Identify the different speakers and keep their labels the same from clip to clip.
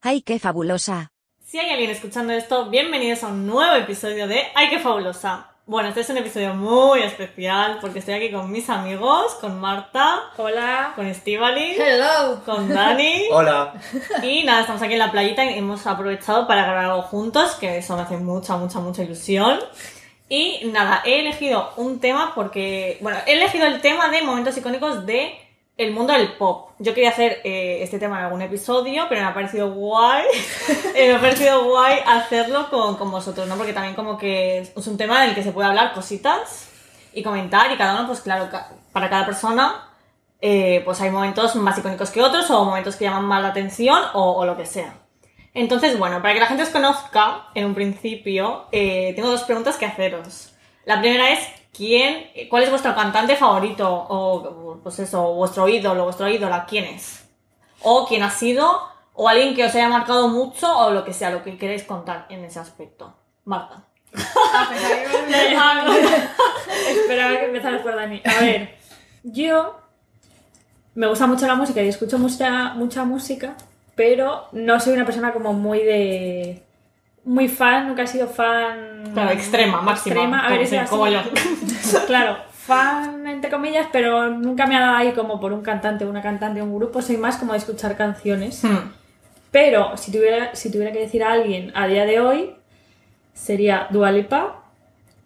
Speaker 1: ¡Ay, qué fabulosa!
Speaker 2: Si hay alguien escuchando esto, bienvenidos a un nuevo episodio de ¡Ay, qué fabulosa! Bueno, este es un episodio muy especial porque estoy aquí con mis amigos, con Marta,
Speaker 3: Hola.
Speaker 2: con Estivali,
Speaker 3: Hello.
Speaker 2: con Dani.
Speaker 4: Hola.
Speaker 2: Y nada, estamos aquí en la playita y hemos aprovechado para grabar algo juntos, que eso me hace mucha, mucha, mucha ilusión. Y nada, he elegido un tema porque, bueno, he elegido el tema de momentos icónicos de el mundo del pop. Yo quería hacer eh, este tema en algún episodio, pero me ha parecido guay, eh, me ha parecido guay hacerlo con, con vosotros, ¿no? Porque también como que es un tema en el que se puede hablar cositas y comentar y cada uno, pues claro, ca- para cada persona eh, pues hay momentos más icónicos que otros o momentos que llaman más la atención o, o lo que sea. Entonces, bueno, para que la gente os conozca en un principio, eh, tengo dos preguntas que haceros. La primera es, ¿quién, eh, ¿cuál es vuestro cantante favorito? O, o, pues eso, vuestro ídolo, vuestra ídola, ¿quién es? O quién ha sido, o alguien que os haya marcado mucho, o lo que sea, lo que queréis contar en ese aspecto. Marta.
Speaker 3: Ah, pues Esperaba que empezaras por Dani. A ver, yo me gusta mucho la música y escucho mucha, mucha música, pero no soy una persona como muy de. Muy fan, nunca he sido fan.
Speaker 2: Claro, extrema, máxima.
Speaker 3: Extrema, a ver,
Speaker 2: como-
Speaker 3: es
Speaker 2: sí,
Speaker 3: así.
Speaker 2: como yo.
Speaker 3: Claro, fan entre comillas, pero nunca me ha dado ahí como por un cantante, una cantante, un grupo. Soy más como de escuchar canciones.
Speaker 2: Hmm.
Speaker 3: Pero si tuviera, si tuviera que decir a alguien a día de hoy, sería Dualipa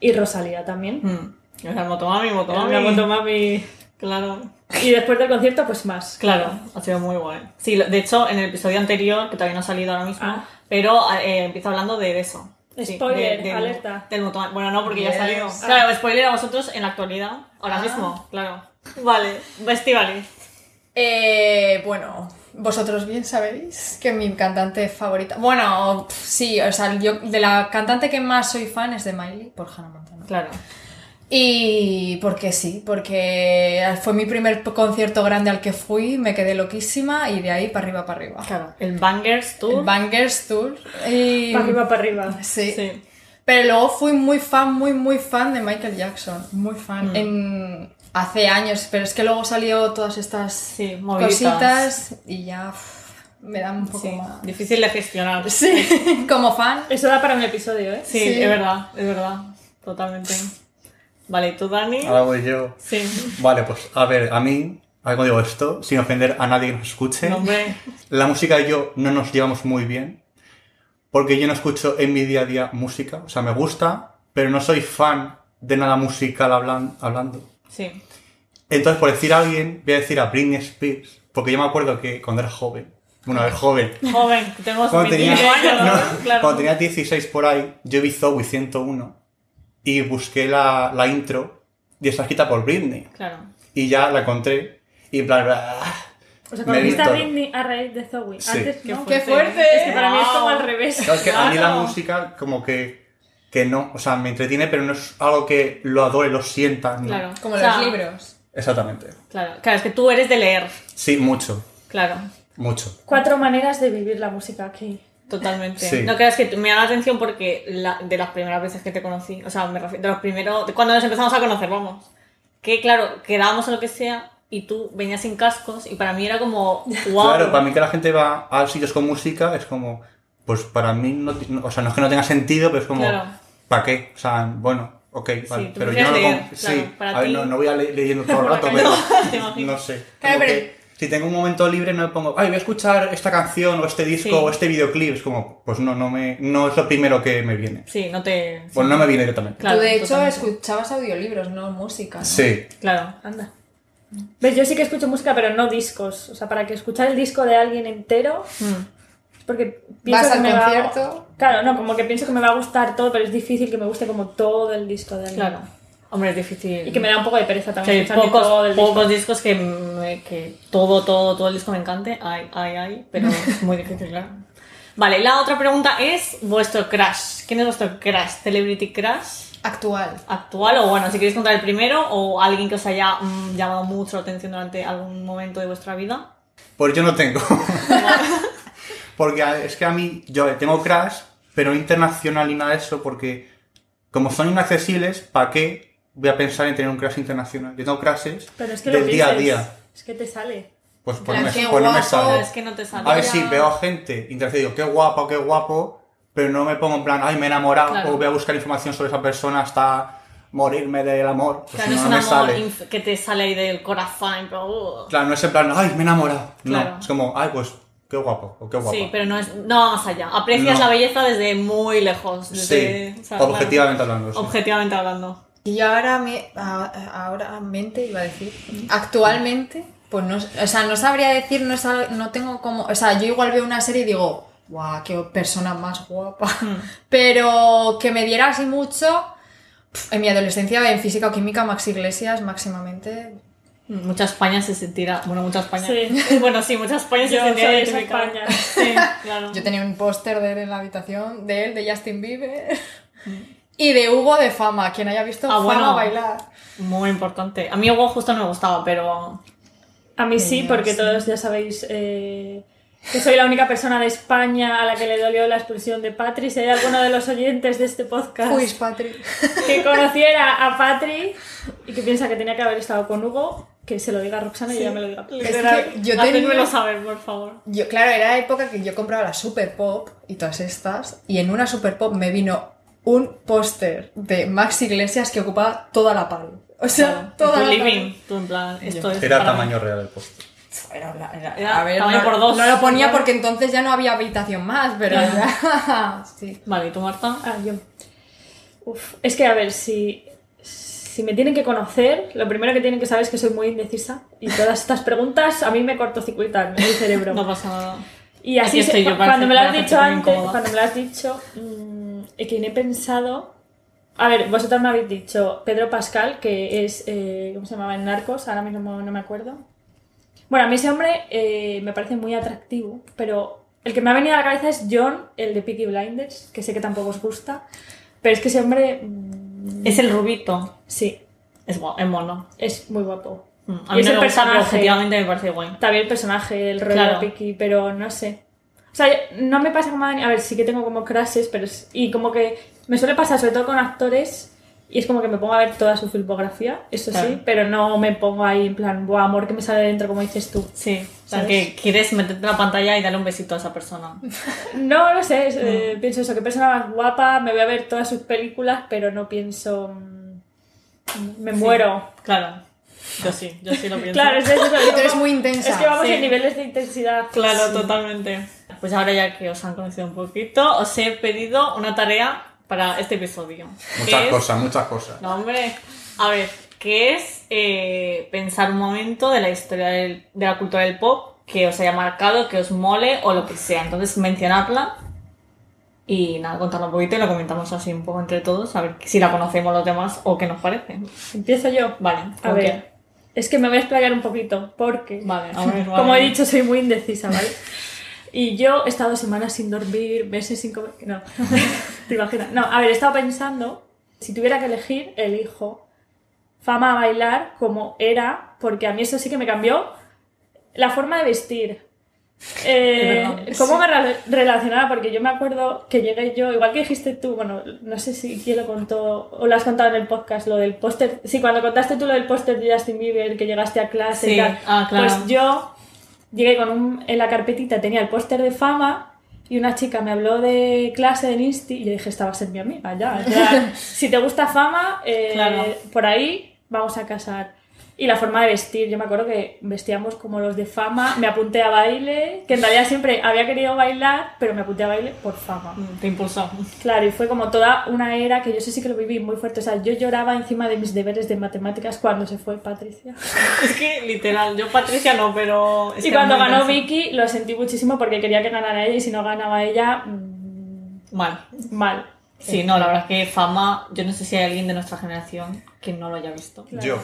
Speaker 3: y Rosalía también.
Speaker 2: Hmm. O sea, Motomami, Motomami.
Speaker 3: La Motomami.
Speaker 2: Claro,
Speaker 3: Y después del concierto, pues más.
Speaker 2: claro, ha sido muy guay. Sí, lo- de hecho, en el episodio anterior, que todavía no ha salido ahora mismo,
Speaker 3: Ah.
Speaker 2: pero eh, empieza hablando de eso. Sí,
Speaker 3: Spoiler,
Speaker 2: del-
Speaker 3: alerta. Ah.
Speaker 2: Del motomami. Bueno, no, porque ya ha salido.
Speaker 5: Yes.
Speaker 2: Claro, spoiler a vosotros en la actualidad, ahora mismo, claro. Vale, Vestivali.
Speaker 5: Eh, bueno, vosotros bien sabéis que mi cantante favorita. Bueno, pf, sí, o sea, yo de la cantante que más soy fan es de Miley por Hannah Montana.
Speaker 2: Claro.
Speaker 5: Y porque sí, porque fue mi primer concierto grande al que fui, me quedé loquísima y de ahí para arriba, para arriba.
Speaker 2: Claro. El Bangers Tour.
Speaker 5: El Bangers Tour. Y...
Speaker 3: Para arriba, para arriba.
Speaker 5: Sí.
Speaker 2: Sí.
Speaker 5: Pero luego fui muy fan, muy, muy fan de Michael Jackson. Muy fan. En... Hace años, pero es que luego salió todas estas
Speaker 2: Sí, moviditas.
Speaker 5: cositas y ya uf, me dan un poco
Speaker 2: Sí,
Speaker 5: más.
Speaker 2: Difícil de gestionar. Sí,
Speaker 5: Sí, como fan.
Speaker 3: Eso da para un episodio, ¿eh?
Speaker 5: Sí.
Speaker 2: es verdad, es verdad. Totalmente. Vale, ¿y tú, Dani?
Speaker 4: Ahora voy yo.
Speaker 2: Sí.
Speaker 4: Vale, pues a ver, a mí, a ver cómo digo esto, sin ofender a nadie que nos escuche.
Speaker 2: No, hombre.
Speaker 4: La música y yo no nos llevamos muy bien, porque yo no escucho en mi día a día música, o sea, me gusta, pero no soy fan de nada musical hablan- hablando.
Speaker 2: Sí.
Speaker 4: Entonces, por decir a alguien, voy a decir a Britney Spears, porque yo me acuerdo que cuando era joven, bueno, era joven,
Speaker 2: Joven, tenemos
Speaker 4: Cuando tenía,
Speaker 2: 25 años, ¿no?
Speaker 4: no,
Speaker 2: Claro.
Speaker 4: cuando tenía 16 por ahí, yo vi Zoe 101 y busqué la, la intro y está escrita por Britney.
Speaker 2: Claro.
Speaker 4: Y ya la encontré y bla, bla,
Speaker 3: O sea,
Speaker 4: Me
Speaker 3: conociste a
Speaker 4: vi todo.
Speaker 3: Britney a raíz de Zoe.
Speaker 4: Sí.
Speaker 3: Antes
Speaker 2: Qué
Speaker 3: no.
Speaker 2: fuerte. ¿eh?
Speaker 5: ¡Qué fuerte!
Speaker 3: Es que para mí es como
Speaker 2: Wow.
Speaker 3: al revés.
Speaker 4: Claro, es que a mí la
Speaker 2: Claro.
Speaker 4: música como que, que no, o sea, me entretiene, pero no es algo que lo adore, lo sienta. no.
Speaker 2: Claro.
Speaker 5: Como
Speaker 2: O sea,
Speaker 5: los libros.
Speaker 4: Exactamente.
Speaker 2: Claro, claro, es que tú eres de leer.
Speaker 4: Sí, mucho,
Speaker 2: Claro,
Speaker 4: mucho.
Speaker 3: Cuatro maneras de vivir la música aquí.
Speaker 2: totalmente.
Speaker 4: Sí.
Speaker 2: No creas que tú- me da la atención porque la- de las primeras veces que te conocí, o sea, me refiero, de los primeros, de cuando nos empezamos a conocer, vamos. Que claro, quedábamos en lo que sea y tú venías sin cascos y para mí era como, wow.
Speaker 4: Claro, para mí que la gente va a sitios con música es como, pues para mí, no, ti- no- o sea, no es que no tenga sentido, pero es como,
Speaker 2: Claro.
Speaker 4: ¿para qué? O sea, bueno, ok, vale,
Speaker 2: tú
Speaker 4: pero yo
Speaker 2: prefieres
Speaker 4: no lo
Speaker 2: leer,
Speaker 4: con-
Speaker 2: claro,
Speaker 4: sí,
Speaker 2: para
Speaker 4: a ver,
Speaker 2: ti.
Speaker 4: no, no voy a le- leyendo todo el rato,
Speaker 2: calle.
Speaker 4: pero
Speaker 2: Te imagino.
Speaker 4: no sé.
Speaker 5: Claro,
Speaker 4: como
Speaker 5: pero-
Speaker 4: que si tengo un momento libre no me pongo, ay, voy a escuchar esta canción o este disco
Speaker 2: Sí.
Speaker 4: o este videoclip, es como, pues no, no me, no es lo primero que me viene.
Speaker 2: Sí, no te... sí,
Speaker 4: Bueno, no me viene directamente.
Speaker 2: Claro,
Speaker 5: Tú de hecho
Speaker 2: totalmente.
Speaker 5: escuchabas audiolibros, no música. ¿no?
Speaker 4: Sí,
Speaker 2: Claro,
Speaker 3: Anda. ¿Ves? Yo sí que escucho música, pero no discos. O sea, para que escuchar el disco de alguien entero, es porque pienso
Speaker 5: Vas
Speaker 3: que
Speaker 5: al
Speaker 3: me va a-
Speaker 5: concierto.
Speaker 3: Claro, no, como que pienso que me va a gustar todo, pero es difícil que me guste como todo el disco de alguien.
Speaker 2: claro. Hombre, es difícil.
Speaker 3: Y que me da un poco de pereza
Speaker 2: Que hay
Speaker 3: también. escucharme todo
Speaker 2: pocos,
Speaker 3: el
Speaker 2: pocos
Speaker 3: disco.
Speaker 2: discos que, me- que todo, todo, todo el disco me encante. Ay, ay, ay, pero es muy difícil, claro. Vale, la otra pregunta es vuestro crush. ¿Quién es vuestro crush? ¿Celebrity crush?
Speaker 5: Actual.
Speaker 2: ¿Actual? O bueno, si queréis contar el primero o alguien que os haya mm, llamado mucho la atención durante algún momento de vuestra vida.
Speaker 4: pues yo no tengo. porque a- es que a mí, yo a ver, tengo Crash, pero no internacional y nada de eso, porque como son inaccesibles, ¿para qué voy a pensar en tener un Crash internacional? Yo tengo Crashes
Speaker 3: Pero es que
Speaker 4: del
Speaker 3: lo
Speaker 4: día a
Speaker 3: piensas,
Speaker 4: día.
Speaker 3: Es que te sale.
Speaker 4: Pues pues
Speaker 5: Mira,
Speaker 4: no me,
Speaker 5: qué
Speaker 4: pues no me
Speaker 5: guapo.
Speaker 2: Claro,
Speaker 4: sale.
Speaker 2: es que no te sale.
Speaker 4: A ver
Speaker 5: ya-
Speaker 4: si veo a gente interesada y digo, qué guapo, qué guapo, pero no me pongo en plan, ay, me he enamorado,
Speaker 2: Claro.
Speaker 4: o voy a buscar información sobre esa persona hasta morirme del amor. Pues
Speaker 2: Claro, no
Speaker 4: no,
Speaker 2: es
Speaker 4: no
Speaker 2: un
Speaker 4: me
Speaker 2: amor
Speaker 4: sale.
Speaker 2: inf- que te sale ahí del corazón. en plan, "Ugh".
Speaker 4: Claro, no es en plan, ay, me he enamorado.
Speaker 2: Claro.
Speaker 4: No, es como, ay, pues, qué guapo, o qué guapo.
Speaker 2: Sí, pero no, es, no vamos allá. Aprecias
Speaker 4: No.
Speaker 2: la belleza desde muy lejos. desde- o sea, claro,
Speaker 4: objetivamente hablando. sí.
Speaker 2: objetivamente hablando.
Speaker 5: Y yo ahora, me, a- ahora mente iba a decir, actualmente, pues no, o sea, no sabría decir, no, sab- no tengo como, o sea, yo igual veo una serie y digo, guau, qué persona más guapa,
Speaker 2: Mm.
Speaker 5: pero que me diera así mucho, pf, en mi adolescencia en física o química, Max Iglesias máximamente,
Speaker 2: Mm, Mucha España se sentirá. Bueno, mucha España.
Speaker 3: Sí.
Speaker 2: Bueno, sí, mucha España se
Speaker 3: Yo
Speaker 2: sentirá
Speaker 3: soy esa
Speaker 2: identificada.
Speaker 3: España.
Speaker 2: Sí, claro.
Speaker 5: yo tenía un póster de él en la habitación, de él, de Justin Bieber, y de Hugo de Fama, quien haya visto
Speaker 2: Mm. Ah,
Speaker 5: Fama
Speaker 2: bueno.
Speaker 5: bailar.
Speaker 2: Muy importante. A mí Hugo justo no me gustaba, pero.
Speaker 3: A mí sí,
Speaker 5: Dios,
Speaker 3: porque
Speaker 5: sí.
Speaker 3: todos ya sabéis eh, que soy la única persona de España a la que le dolió la expulsión de Patri. Si hay alguno de los oyentes de este
Speaker 2: Pues
Speaker 3: podcast
Speaker 5: Uy, Patrick.
Speaker 3: que conociera a Patri y que piensa que tenía que haber estado con Hugo, que se lo diga a Roxana y ella me lo diga. a mí.
Speaker 5: Es que yo
Speaker 2: Hacedmelo
Speaker 5: tenía-
Speaker 2: saber, por favor.
Speaker 5: Yo, claro, era época que yo compraba la Super Pop y todas estas, y en una Super Pop me vino un póster de Max Iglesias que ocupaba toda la pared. O sea,
Speaker 2: Claro.
Speaker 5: toda
Speaker 2: tu
Speaker 5: la
Speaker 2: living,
Speaker 5: pared.
Speaker 2: tú en plan, esto es
Speaker 4: Era
Speaker 2: para mí.
Speaker 4: tamaño real el post.
Speaker 5: Era, una- era-
Speaker 2: Era
Speaker 5: a ver,
Speaker 2: tamaño
Speaker 5: no,
Speaker 2: por dos.
Speaker 5: no lo ponía porque entonces ya no había habitación más, pero
Speaker 2: Claro.
Speaker 5: ya- sí.
Speaker 2: Vale, ¿y tú, Marta?
Speaker 3: Ah, yo. Uf, es que a ver, si, si me tienen que conocer, lo primero que tienen que saber es que soy muy indecisa y todas estas preguntas a mí me cortocircuitan el cerebro.
Speaker 2: No pasa nada.
Speaker 3: Y
Speaker 2: Aquí
Speaker 3: así,
Speaker 2: estoy
Speaker 3: se-
Speaker 2: yo, parece-
Speaker 3: cuando me lo has
Speaker 2: parece
Speaker 3: dicho
Speaker 2: muy
Speaker 3: antes,
Speaker 2: incómoda.
Speaker 3: cuando me lo has dicho, mm, y que he pensado. A ver, vosotros me habéis dicho Pedro Pascal, que es. eh, ¿Cómo se llamaba en Narcos? Ahora mismo no me acuerdo. Bueno, a mí ese hombre eh, me parece muy atractivo, pero el que me ha venido a la cabeza es John, el de Peaky Blinders, que sé que tampoco os gusta, pero es que ese hombre. mm,
Speaker 2: Es el rubito.
Speaker 3: Sí,
Speaker 2: Es, guapo, es mono.
Speaker 3: es muy guapo.
Speaker 2: Mm, A
Speaker 3: Y
Speaker 2: mí
Speaker 3: es
Speaker 2: no
Speaker 3: el
Speaker 2: me gusta, pero
Speaker 3: personaje.
Speaker 2: objetivamente me parece guay.
Speaker 3: también el personaje, el rollo
Speaker 2: Claro.
Speaker 3: de Piki, pero no sé. O sea, no me pasa como a Dani- A ver, sí que tengo como crashes, pero. es- Y como que. Me suele pasar, sobre todo con actores, y es como que me pongo a ver toda su filmografía, eso
Speaker 2: Claro.
Speaker 3: sí, pero no me pongo ahí en plan, buah, amor que me sale dentro, como dices tú.
Speaker 2: Sí, o sea,
Speaker 3: ¿Sabes?
Speaker 2: que quieres meterte en la pantalla y darle un besito a esa persona.
Speaker 3: No, no sé, es, eh, pienso eso, que persona más guapa, me voy a ver todas sus películas, pero no pienso. mm, Me muero.
Speaker 2: Claro, yo sí, yo sí lo pienso.
Speaker 3: Claro, es eso. es
Speaker 5: Y tú eres
Speaker 3: como-
Speaker 5: muy intensa.
Speaker 3: Es que vamos
Speaker 2: Sí.
Speaker 3: en niveles de intensidad.
Speaker 2: Claro, totalmente. Pues ahora ya que os han conocido un poquito, os he pedido una tarea para este episodio.
Speaker 4: Muchas
Speaker 2: que es-
Speaker 4: cosas, muchas cosas.
Speaker 2: No, hombre. A ver, que es eh, pensar un momento de la historia del- de la cultura del pop que os haya marcado, que os mole o lo que sea. Entonces, mencionadla y nada, contarlo un poquito y lo comentamos así un poco entre todos, a ver si la conocemos los demás o qué nos parece.
Speaker 3: Empiezo yo.
Speaker 2: Vale,
Speaker 3: A
Speaker 2: ok.
Speaker 3: ver, es que me voy a explayar un poquito, porque,
Speaker 2: Vale, a ver,
Speaker 3: como
Speaker 2: vale.
Speaker 3: he dicho, soy muy indecisa, ¿vale? Y yo he estado semanas sin dormir, meses sin comer... No, te imaginas. No, a ver, he estado pensando, si tuviera que elegir, elijo fama a bailar como era, porque a mí eso sí que me cambió la forma de vestir. Eh,
Speaker 2: Es verdad,
Speaker 3: cómo me re- relacionaba, porque yo me acuerdo que llegué yo, igual que dijiste tú, bueno, no sé si quién lo contó o lo has contado en el podcast, lo del póster. Sí, cuando contaste tú lo del póster de Justin Bieber, que llegaste a clase y
Speaker 2: Sí,
Speaker 3: tal,
Speaker 2: ah, claro.
Speaker 3: pues yo llegué con un, en la carpetita, tenía el póster de fama. Y una chica me habló de clase en Insti y yo dije, esta va a ser mi amiga, ya. ya. si te gusta fama, eh,
Speaker 2: Claro.
Speaker 3: por ahí vamos a casar. Y la forma de vestir, yo me acuerdo que vestíamos como los de fama, me apunté a baile, que en realidad siempre había querido bailar, pero me apunté a baile por fama.
Speaker 2: Mm, Te impulsó.
Speaker 3: Claro, y fue como toda una era que yo sé sí que lo viví muy fuerte. O sea, yo lloraba encima de mis deberes de matemáticas cuando se fue Patricia.
Speaker 2: Es que literal, yo Patricia no, pero... es
Speaker 3: y
Speaker 2: que
Speaker 3: cuando
Speaker 2: era muy
Speaker 3: ganó
Speaker 2: intenso.
Speaker 3: Vicky lo sentí muchísimo porque quería que ganara ella y si no ganaba ella, mm,
Speaker 2: Mal.
Speaker 3: mal.
Speaker 2: Sí, no, la verdad es que fama, yo no sé si hay alguien de nuestra generación que no lo haya visto.
Speaker 3: Claro.
Speaker 4: Yo,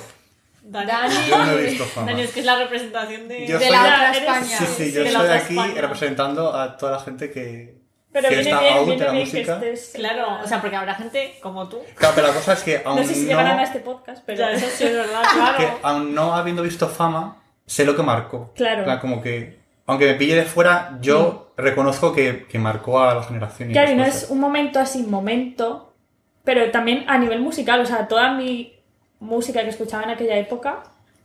Speaker 5: Dani,
Speaker 4: yo no he visto fama.
Speaker 2: Dani, es que es la representación de...
Speaker 4: Yo
Speaker 5: de
Speaker 4: soy-
Speaker 5: la otra
Speaker 3: eres-
Speaker 5: España.
Speaker 4: Sí, sí, yo
Speaker 2: de la
Speaker 4: estoy
Speaker 2: otra
Speaker 4: aquí
Speaker 2: España.
Speaker 4: representando a toda la gente que,
Speaker 3: Pero
Speaker 4: que
Speaker 3: viene
Speaker 4: está
Speaker 3: bien,
Speaker 4: out
Speaker 3: viene
Speaker 4: de la
Speaker 3: bien
Speaker 4: música.
Speaker 3: que estés.
Speaker 2: Claro, o sea, porque habrá gente como tú.
Speaker 4: Claro, pero la cosa es que aún
Speaker 3: no
Speaker 4: no,
Speaker 3: sé si llegarán a este podcast, pero.
Speaker 2: Ya, eso sí es verdad,
Speaker 4: que
Speaker 2: claro.
Speaker 4: aún no habiendo visto fama, sé lo que marcó.
Speaker 3: Claro. Mm.
Speaker 4: En plan, como que, aunque me pille de fuera, yo reconozco que, que marcó a la generación. y
Speaker 3: Claro, y no
Speaker 4: esas
Speaker 3: es un momento así, momento, pero también a nivel musical, o sea, toda mi música que escuchaba en aquella época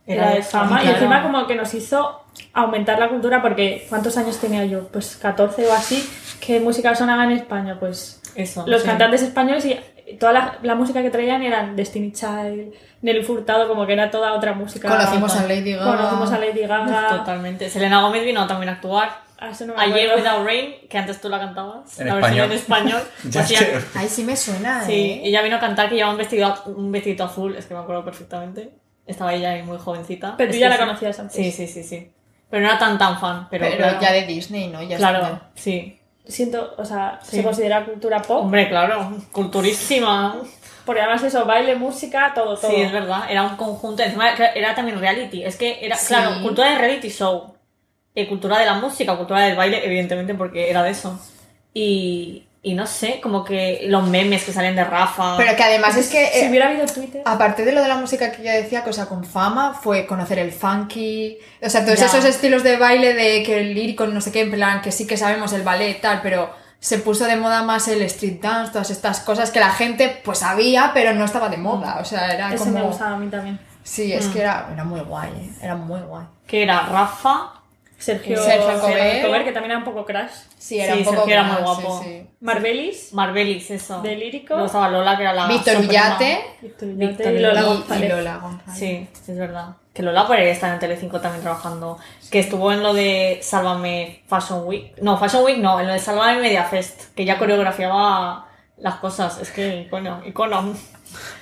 Speaker 2: Era de
Speaker 3: fama.
Speaker 2: fama.
Speaker 3: Y
Speaker 5: Claro.
Speaker 3: encima como que nos hizo aumentar la cultura porque ¿cuántos años tenía yo? Pues 14 o así. ¿Qué música sonaba en España? Pues
Speaker 2: Eso,
Speaker 3: los
Speaker 2: sí.
Speaker 3: cantantes españoles y toda la, la música que traían eran Destiny Child, Nelly Furtado, como que era toda otra música.
Speaker 5: Conocimos a Lady Gaga.
Speaker 3: Conocimos a Lady Gaga.
Speaker 2: Totalmente. Selena Gómez vino también a actuar.
Speaker 3: Ah, eso no me
Speaker 2: Ayer
Speaker 3: acuerdo.
Speaker 2: Without Rain, que antes tú la cantabas.
Speaker 4: En
Speaker 2: la versión
Speaker 4: español.
Speaker 2: en español.
Speaker 4: Ya
Speaker 2: Pues
Speaker 4: sé.
Speaker 2: ella-
Speaker 5: Ay, sí me suena,
Speaker 2: Sí,
Speaker 5: ¿eh?
Speaker 2: ella vino a cantar que llevaba un vestido, un vestidito azul, es que me acuerdo perfectamente. Estaba ella ahí muy jovencita.
Speaker 3: Pero tú
Speaker 2: Es
Speaker 3: ya
Speaker 2: que
Speaker 3: la
Speaker 2: sí.
Speaker 3: conocías antes.
Speaker 2: Sí, sí, sí, sí. Pero no era tan tan fan, pero,
Speaker 5: Pero,
Speaker 2: claro,
Speaker 5: ya de Disney, ¿no? Ya
Speaker 2: claro,
Speaker 5: está.
Speaker 2: sí.
Speaker 3: Siento, o sea,
Speaker 2: Sí.
Speaker 3: se considera cultura pop.
Speaker 2: Hombre, claro, culturísima.
Speaker 3: Porque además eso, baile, música, todo, todo.
Speaker 2: Sí, es verdad, era un conjunto, encima era- era también reality, es que era,
Speaker 5: Sí.
Speaker 2: claro, cultura de reality show, eh, cultura de la música, cultura del baile, evidentemente, porque era de eso. Y, y no sé, como que los memes que salen de Rafa.
Speaker 5: Pero que además es que...
Speaker 3: si
Speaker 5: eh,
Speaker 3: hubiera habido Twitter,
Speaker 5: Aparte de lo de la música que ya decía, cosa con fama, fue conocer el funky, o sea, todos
Speaker 2: Ya.
Speaker 5: esos estilos de baile de que el lírico, no sé qué, en plan, que sí que sabemos el ballet, tal, pero se puso de moda más el street dance, todas estas cosas que la gente pues sabía, pero no estaba de moda, o sea, era
Speaker 3: eso me
Speaker 5: como...
Speaker 3: gustaba a mí también.
Speaker 5: Sí, es que era, era muy guay, ¿eh? era muy guay.
Speaker 2: Que era Rafa,
Speaker 3: Sergio,
Speaker 5: Sergio Alcover.
Speaker 3: que también era un poco crash.
Speaker 5: Sí, era
Speaker 2: Sí,
Speaker 5: un poco...
Speaker 2: Sergio era muy
Speaker 5: guay, sí,
Speaker 2: guapo.
Speaker 5: sí.
Speaker 3: Marbelis,
Speaker 2: Marbelis, eso.
Speaker 3: De lírico.
Speaker 2: Luego estaba Lola, que era la.
Speaker 5: Víctor
Speaker 2: suprema.
Speaker 5: Ullate
Speaker 3: Víctor
Speaker 2: Víctor
Speaker 3: Ignate y Lola
Speaker 5: y- y,
Speaker 3: González.
Speaker 5: Lola González.
Speaker 2: Sí, es verdad. Que Lola puede estar en Telecinco también trabajando. Que estuvo en lo de Sálvame Fashion Week. No, Fashion Week no, en lo de Sálvame Media Fest. Que ya coreografiaba las cosas. Es que, icono, icono.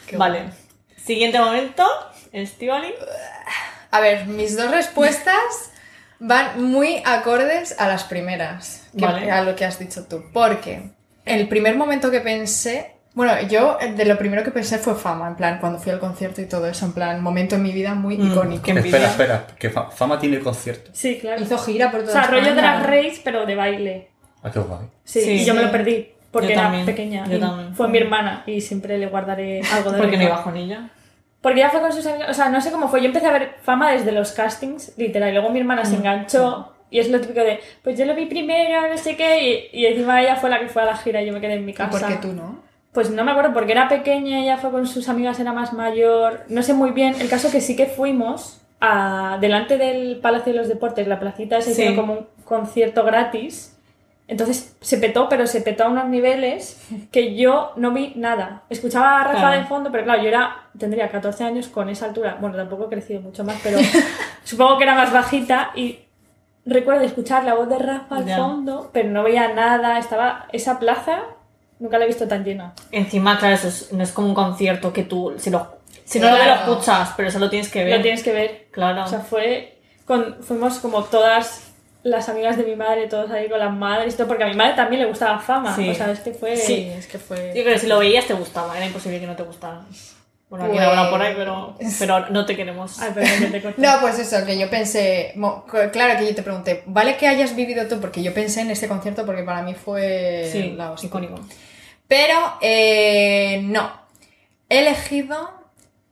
Speaker 5: Qué
Speaker 2: vale.
Speaker 5: guay.
Speaker 2: Siguiente momento, Estivali.
Speaker 5: A ver, mis dos respuestas van muy acordes a las primeras, que-
Speaker 2: Vale.
Speaker 5: a lo que has dicho tú. Porque el primer momento que pensé, bueno, yo eh, de lo primero que pensé fue fama, en plan, cuando fui al concierto y todo eso, en plan, momento en mi vida muy
Speaker 2: Mm,
Speaker 5: icónico.
Speaker 2: qué envidia.
Speaker 4: Espera, espera, que fa- Fama tiene concierto.
Speaker 3: Sí, claro.
Speaker 5: Hizo gira por
Speaker 3: o
Speaker 5: todo
Speaker 3: sea, rollo Drag Race, pero de baile.
Speaker 4: Ah, qué guay.
Speaker 3: Sí,
Speaker 2: Sí.
Speaker 3: y yo me
Speaker 5: Sí.
Speaker 3: lo perdí porque
Speaker 2: Yo
Speaker 3: era
Speaker 2: también,
Speaker 3: pequeña.
Speaker 2: yo
Speaker 3: y
Speaker 2: también.
Speaker 3: Fue mi hermana y siempre le guardaré algo de
Speaker 2: Porque no
Speaker 3: rencor.
Speaker 2: iba con ella.
Speaker 3: Porque ya fue con sus amigos, o sea, no sé cómo fue. Yo empecé a ver fama desde los castings, literal. Y luego mi hermana se enganchó y es lo típico de, pues yo lo vi primero, no sé qué. Y, y encima ella fue la que fue a la gira y yo me quedé en mi casa.
Speaker 5: Porque tú no.
Speaker 3: Pues no me acuerdo, porque era pequeña, ella fue con sus amigas, era más mayor, no sé muy bien. El caso que sí que fuimos a, delante del Palacio de los Deportes, la placita se
Speaker 2: Sí.
Speaker 3: hicieron como un concierto gratis. Entonces se petó, pero se petó a unos niveles que yo no vi nada. Escuchaba a Rafa
Speaker 2: Claro.
Speaker 3: de fondo, pero claro, yo era, tendría 14 años con esa altura. Bueno, tampoco he crecido mucho más, pero supongo que era más bajita y recuerdo escuchar la voz de Rafa al
Speaker 2: Ya.
Speaker 3: fondo, pero no veía nada. Estaba esa plaza, nunca la he visto tan llena.
Speaker 2: Encima, claro, eso es- no es como un concierto que tú. Si, lo, si no lo
Speaker 5: Claro.
Speaker 2: ves, lo escuchas, pero eso lo tienes que ver.
Speaker 3: Lo tienes que ver.
Speaker 2: Claro.
Speaker 3: O sea, fue. Con, fuimos como todas las amigas de mi madre, todos ahí con las madres y todo, porque a mi madre también le gustaba fama.
Speaker 2: Sí.
Speaker 3: O sea, es que fue.
Speaker 2: Sí.
Speaker 5: Eh, es que fue...
Speaker 2: Yo creo que si lo veías te gustaba, era imposible que no te gustara. Bueno, aquí ahora por ahí, pero, pero no te queremos.
Speaker 3: Ay, perdón, que te corté.
Speaker 5: No, pues eso, que yo pensé, mo- c- claro que yo te pregunté, vale que hayas vivido tú, porque yo pensé en este concierto porque para mí fue
Speaker 2: sí,
Speaker 5: la hostia.
Speaker 2: icónico.
Speaker 5: Pero eh, no. He elegido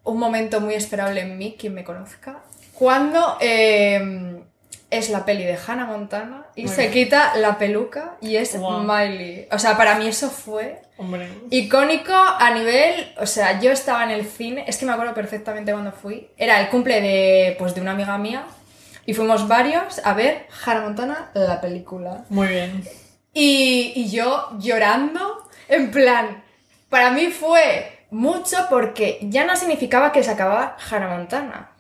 Speaker 5: un momento muy esperable en mí, quien me conozca, cuando eh, es la peli de Hannah Montana y se quita la peluca y es
Speaker 2: Guau.
Speaker 5: Miley. O sea, para mí eso fue
Speaker 2: Hombre.
Speaker 5: icónico a nivel, o sea, yo estaba en el cine, es que me acuerdo perfectamente cuando fui, era el cumple de, pues, de una amiga mía y fuimos varios a ver Hannah Montana, la película.
Speaker 2: Muy bien.
Speaker 5: Y, y yo llorando, en plan, para mí fue mucho porque ya no significaba que se acababa Hannah Montana,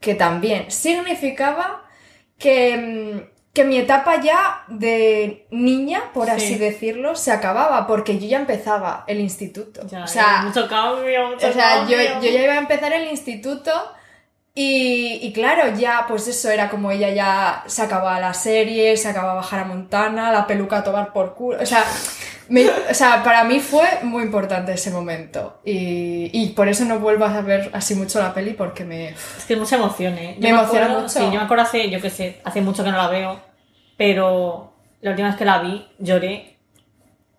Speaker 5: que también significaba que, mm, que mi etapa ya de niña, por
Speaker 2: Sí.
Speaker 5: así decirlo, se acababa porque yo ya empezaba el instituto.
Speaker 2: Ya,
Speaker 5: o sea,
Speaker 2: ya, mucho cambio, mucho
Speaker 5: o sea, yo,
Speaker 2: cambio.
Speaker 5: yo ya iba a empezar el instituto y, y claro, ya, pues eso era como ella ya se acababa la serie, se acababa bajar a Montana, la peluca a tomar por culo. O sea, me- o sea, para mí fue muy importante ese momento. Y, y por eso no vuelvo a ver así mucho la peli porque me.
Speaker 2: Es que es mucha emoción, ¿eh?
Speaker 5: Me emociona
Speaker 2: acuerdo-
Speaker 5: mucho.
Speaker 2: Sí, yo me acuerdo hace, yo qué sé, hace mucho que no la veo, pero la última vez que la vi lloré.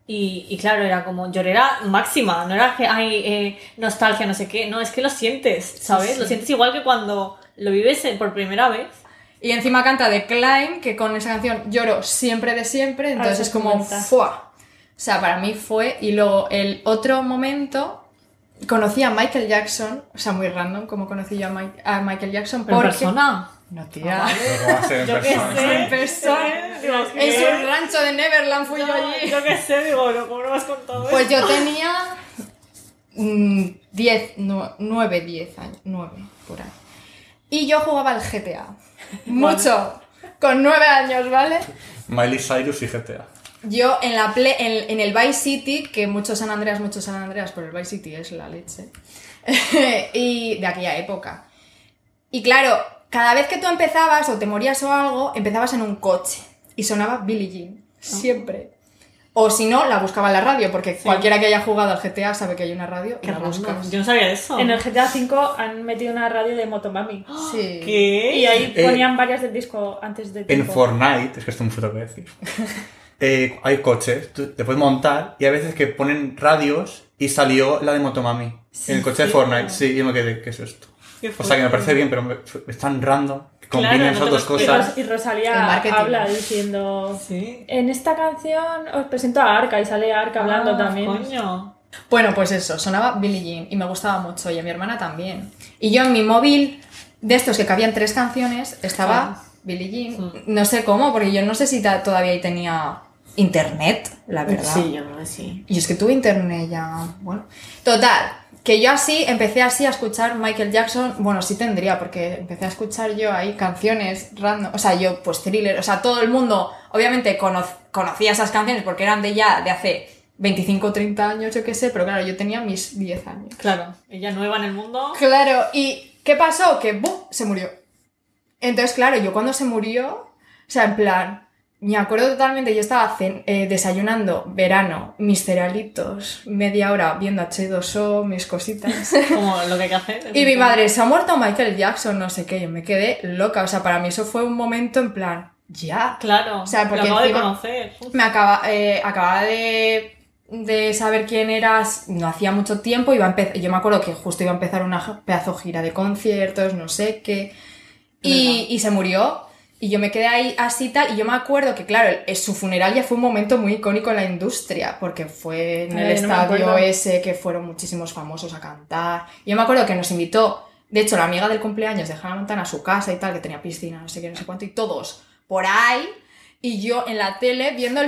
Speaker 2: Y, y claro, era como, lloré era máxima, no era que hay nostalgia, no sé qué, no, es que lo sientes, ¿sabes?
Speaker 5: sí.
Speaker 2: Lo sientes igual que cuando lo vives eh, por primera vez.
Speaker 5: Y encima canta de Climb, que con esa canción lloro siempre de siempre, entonces
Speaker 3: se
Speaker 5: es como
Speaker 3: comenta.
Speaker 5: ¡fua! O sea, para mí fue. Y luego el otro momento conocí a Michael Jackson, o sea, muy random como conocí yo a, Mi- a Michael Jackson.
Speaker 3: ¿Pero en
Speaker 5: porque-
Speaker 3: persona? Ah,
Speaker 5: No, tía.
Speaker 4: Pero ¿cómo va a ser en
Speaker 2: Yo qué
Speaker 4: persona?
Speaker 2: sé.
Speaker 5: En persona. En su rancho de Neverland fui yo allí.
Speaker 2: Yo qué sé, digo, no, ¿cómo no vas con todo
Speaker 5: Pues yo tenía mm, 10, 9, 10 años, 9 por ahí. Y yo jugaba al GTA. Mucho. Con 9 años, ¿vale?
Speaker 4: Miley Cyrus y GTA.
Speaker 5: Yo en, la ple- en, en el Vice City, que mucho San Andreas, mucho San Andreas, pero el Vice City es la leche. y de aquella época. Y claro, cada vez que tú empezabas o te morías o algo, empezabas en un coche y sonaba Billie Jean.
Speaker 2: Ah.
Speaker 5: Siempre. O si no, la buscaba en la radio, porque cualquiera que haya jugado al GTA sabe que hay una radio y
Speaker 2: Qué
Speaker 5: la
Speaker 2: random.
Speaker 5: buscas.
Speaker 2: Yo no sabía eso.
Speaker 3: En el GTA V han metido una radio de Motomami.
Speaker 2: Ah,
Speaker 5: Sí.
Speaker 2: ¿Qué?
Speaker 3: Y ahí
Speaker 4: Eh,
Speaker 3: ponían varias del disco antes de
Speaker 4: En
Speaker 3: tiempo.
Speaker 4: Fortnite, es que esto es muy feo que decir. eh, hay coches, tú te puedes montar y a veces que ponen radios y salió la de Motomami. en el coche de Fortnite, sí, yo me quedé, ¿qué es esto?
Speaker 2: Qué
Speaker 4: O sea que
Speaker 2: fuerte.
Speaker 4: me parece bien, pero me- es tan random que combinen
Speaker 2: Claro, no
Speaker 4: esas
Speaker 2: te
Speaker 4: dos
Speaker 2: lo
Speaker 3: y,
Speaker 4: cosas.
Speaker 3: Ros- y
Speaker 5: El
Speaker 3: Rosalía
Speaker 5: marketing.
Speaker 3: habla diciendo...
Speaker 2: Sí.
Speaker 3: En esta canción os presento a Arca y sale Arca hablando
Speaker 2: Ah,
Speaker 3: también.
Speaker 2: Coño.
Speaker 5: Bueno, pues eso, sonaba Billie Jean y me gustaba mucho y a mi hermana también. Y yo en mi móvil, de estos que cabían tres canciones, estaba Billie Jean. No sé cómo, porque yo no sé si ta- todavía ahí tenía internet, la verdad.
Speaker 2: Sí, yo creo que sí.
Speaker 5: Y es que tuve internet ya, bueno. Total, que yo así, empecé así a escuchar Michael Jackson, bueno, sí tendría, porque empecé a escuchar yo ahí canciones random, o sea, yo pues thriller, o sea, todo el mundo obviamente cono- conocía esas canciones porque eran de ya, de hace 25 o 30 años, yo qué sé, pero claro, yo tenía mis 10 años.
Speaker 2: Claro. Ella nueva en el mundo.
Speaker 5: Claro, ¿y qué pasó? Que ¡bum! se murió. Entonces, claro, yo cuando se murió, o sea, en plan, me acuerdo totalmente, yo estaba cen- eh, desayunando, verano, mis cerealitos, media hora viendo H2O, mis cositas.
Speaker 2: Como lo que hay que hacer.
Speaker 5: y mi madre, se ha muerto Michael Jackson, no sé qué, yo me quedé loca, o sea, para mí eso fue un momento en plan, ya.
Speaker 2: Claro.
Speaker 5: O sea, porque
Speaker 2: lo acabo de
Speaker 5: encima-
Speaker 2: conocer.
Speaker 5: Me acaba, eh, acababa de, de saber quién eras, no hacía mucho tiempo, iba a empe- yo me acuerdo que justo iba a empezar una jo- pedazo gira de conciertos, no sé qué, y, y se murió. Y yo me quedé ahí así tal, y yo me acuerdo que, claro, el- su funeral ya fue un momento muy icónico en la industria, porque fue en el
Speaker 3: Ay, no me
Speaker 5: estadio
Speaker 3: acuerdo.
Speaker 5: ese que fueron muchísimos famosos a cantar. Y yo me acuerdo que nos invitó, de hecho, la amiga del cumpleaños de Hannah Montana a su casa y tal, que tenía piscina, no sé qué, no sé cuánto, y todos por ahí, y yo en la tele viendo el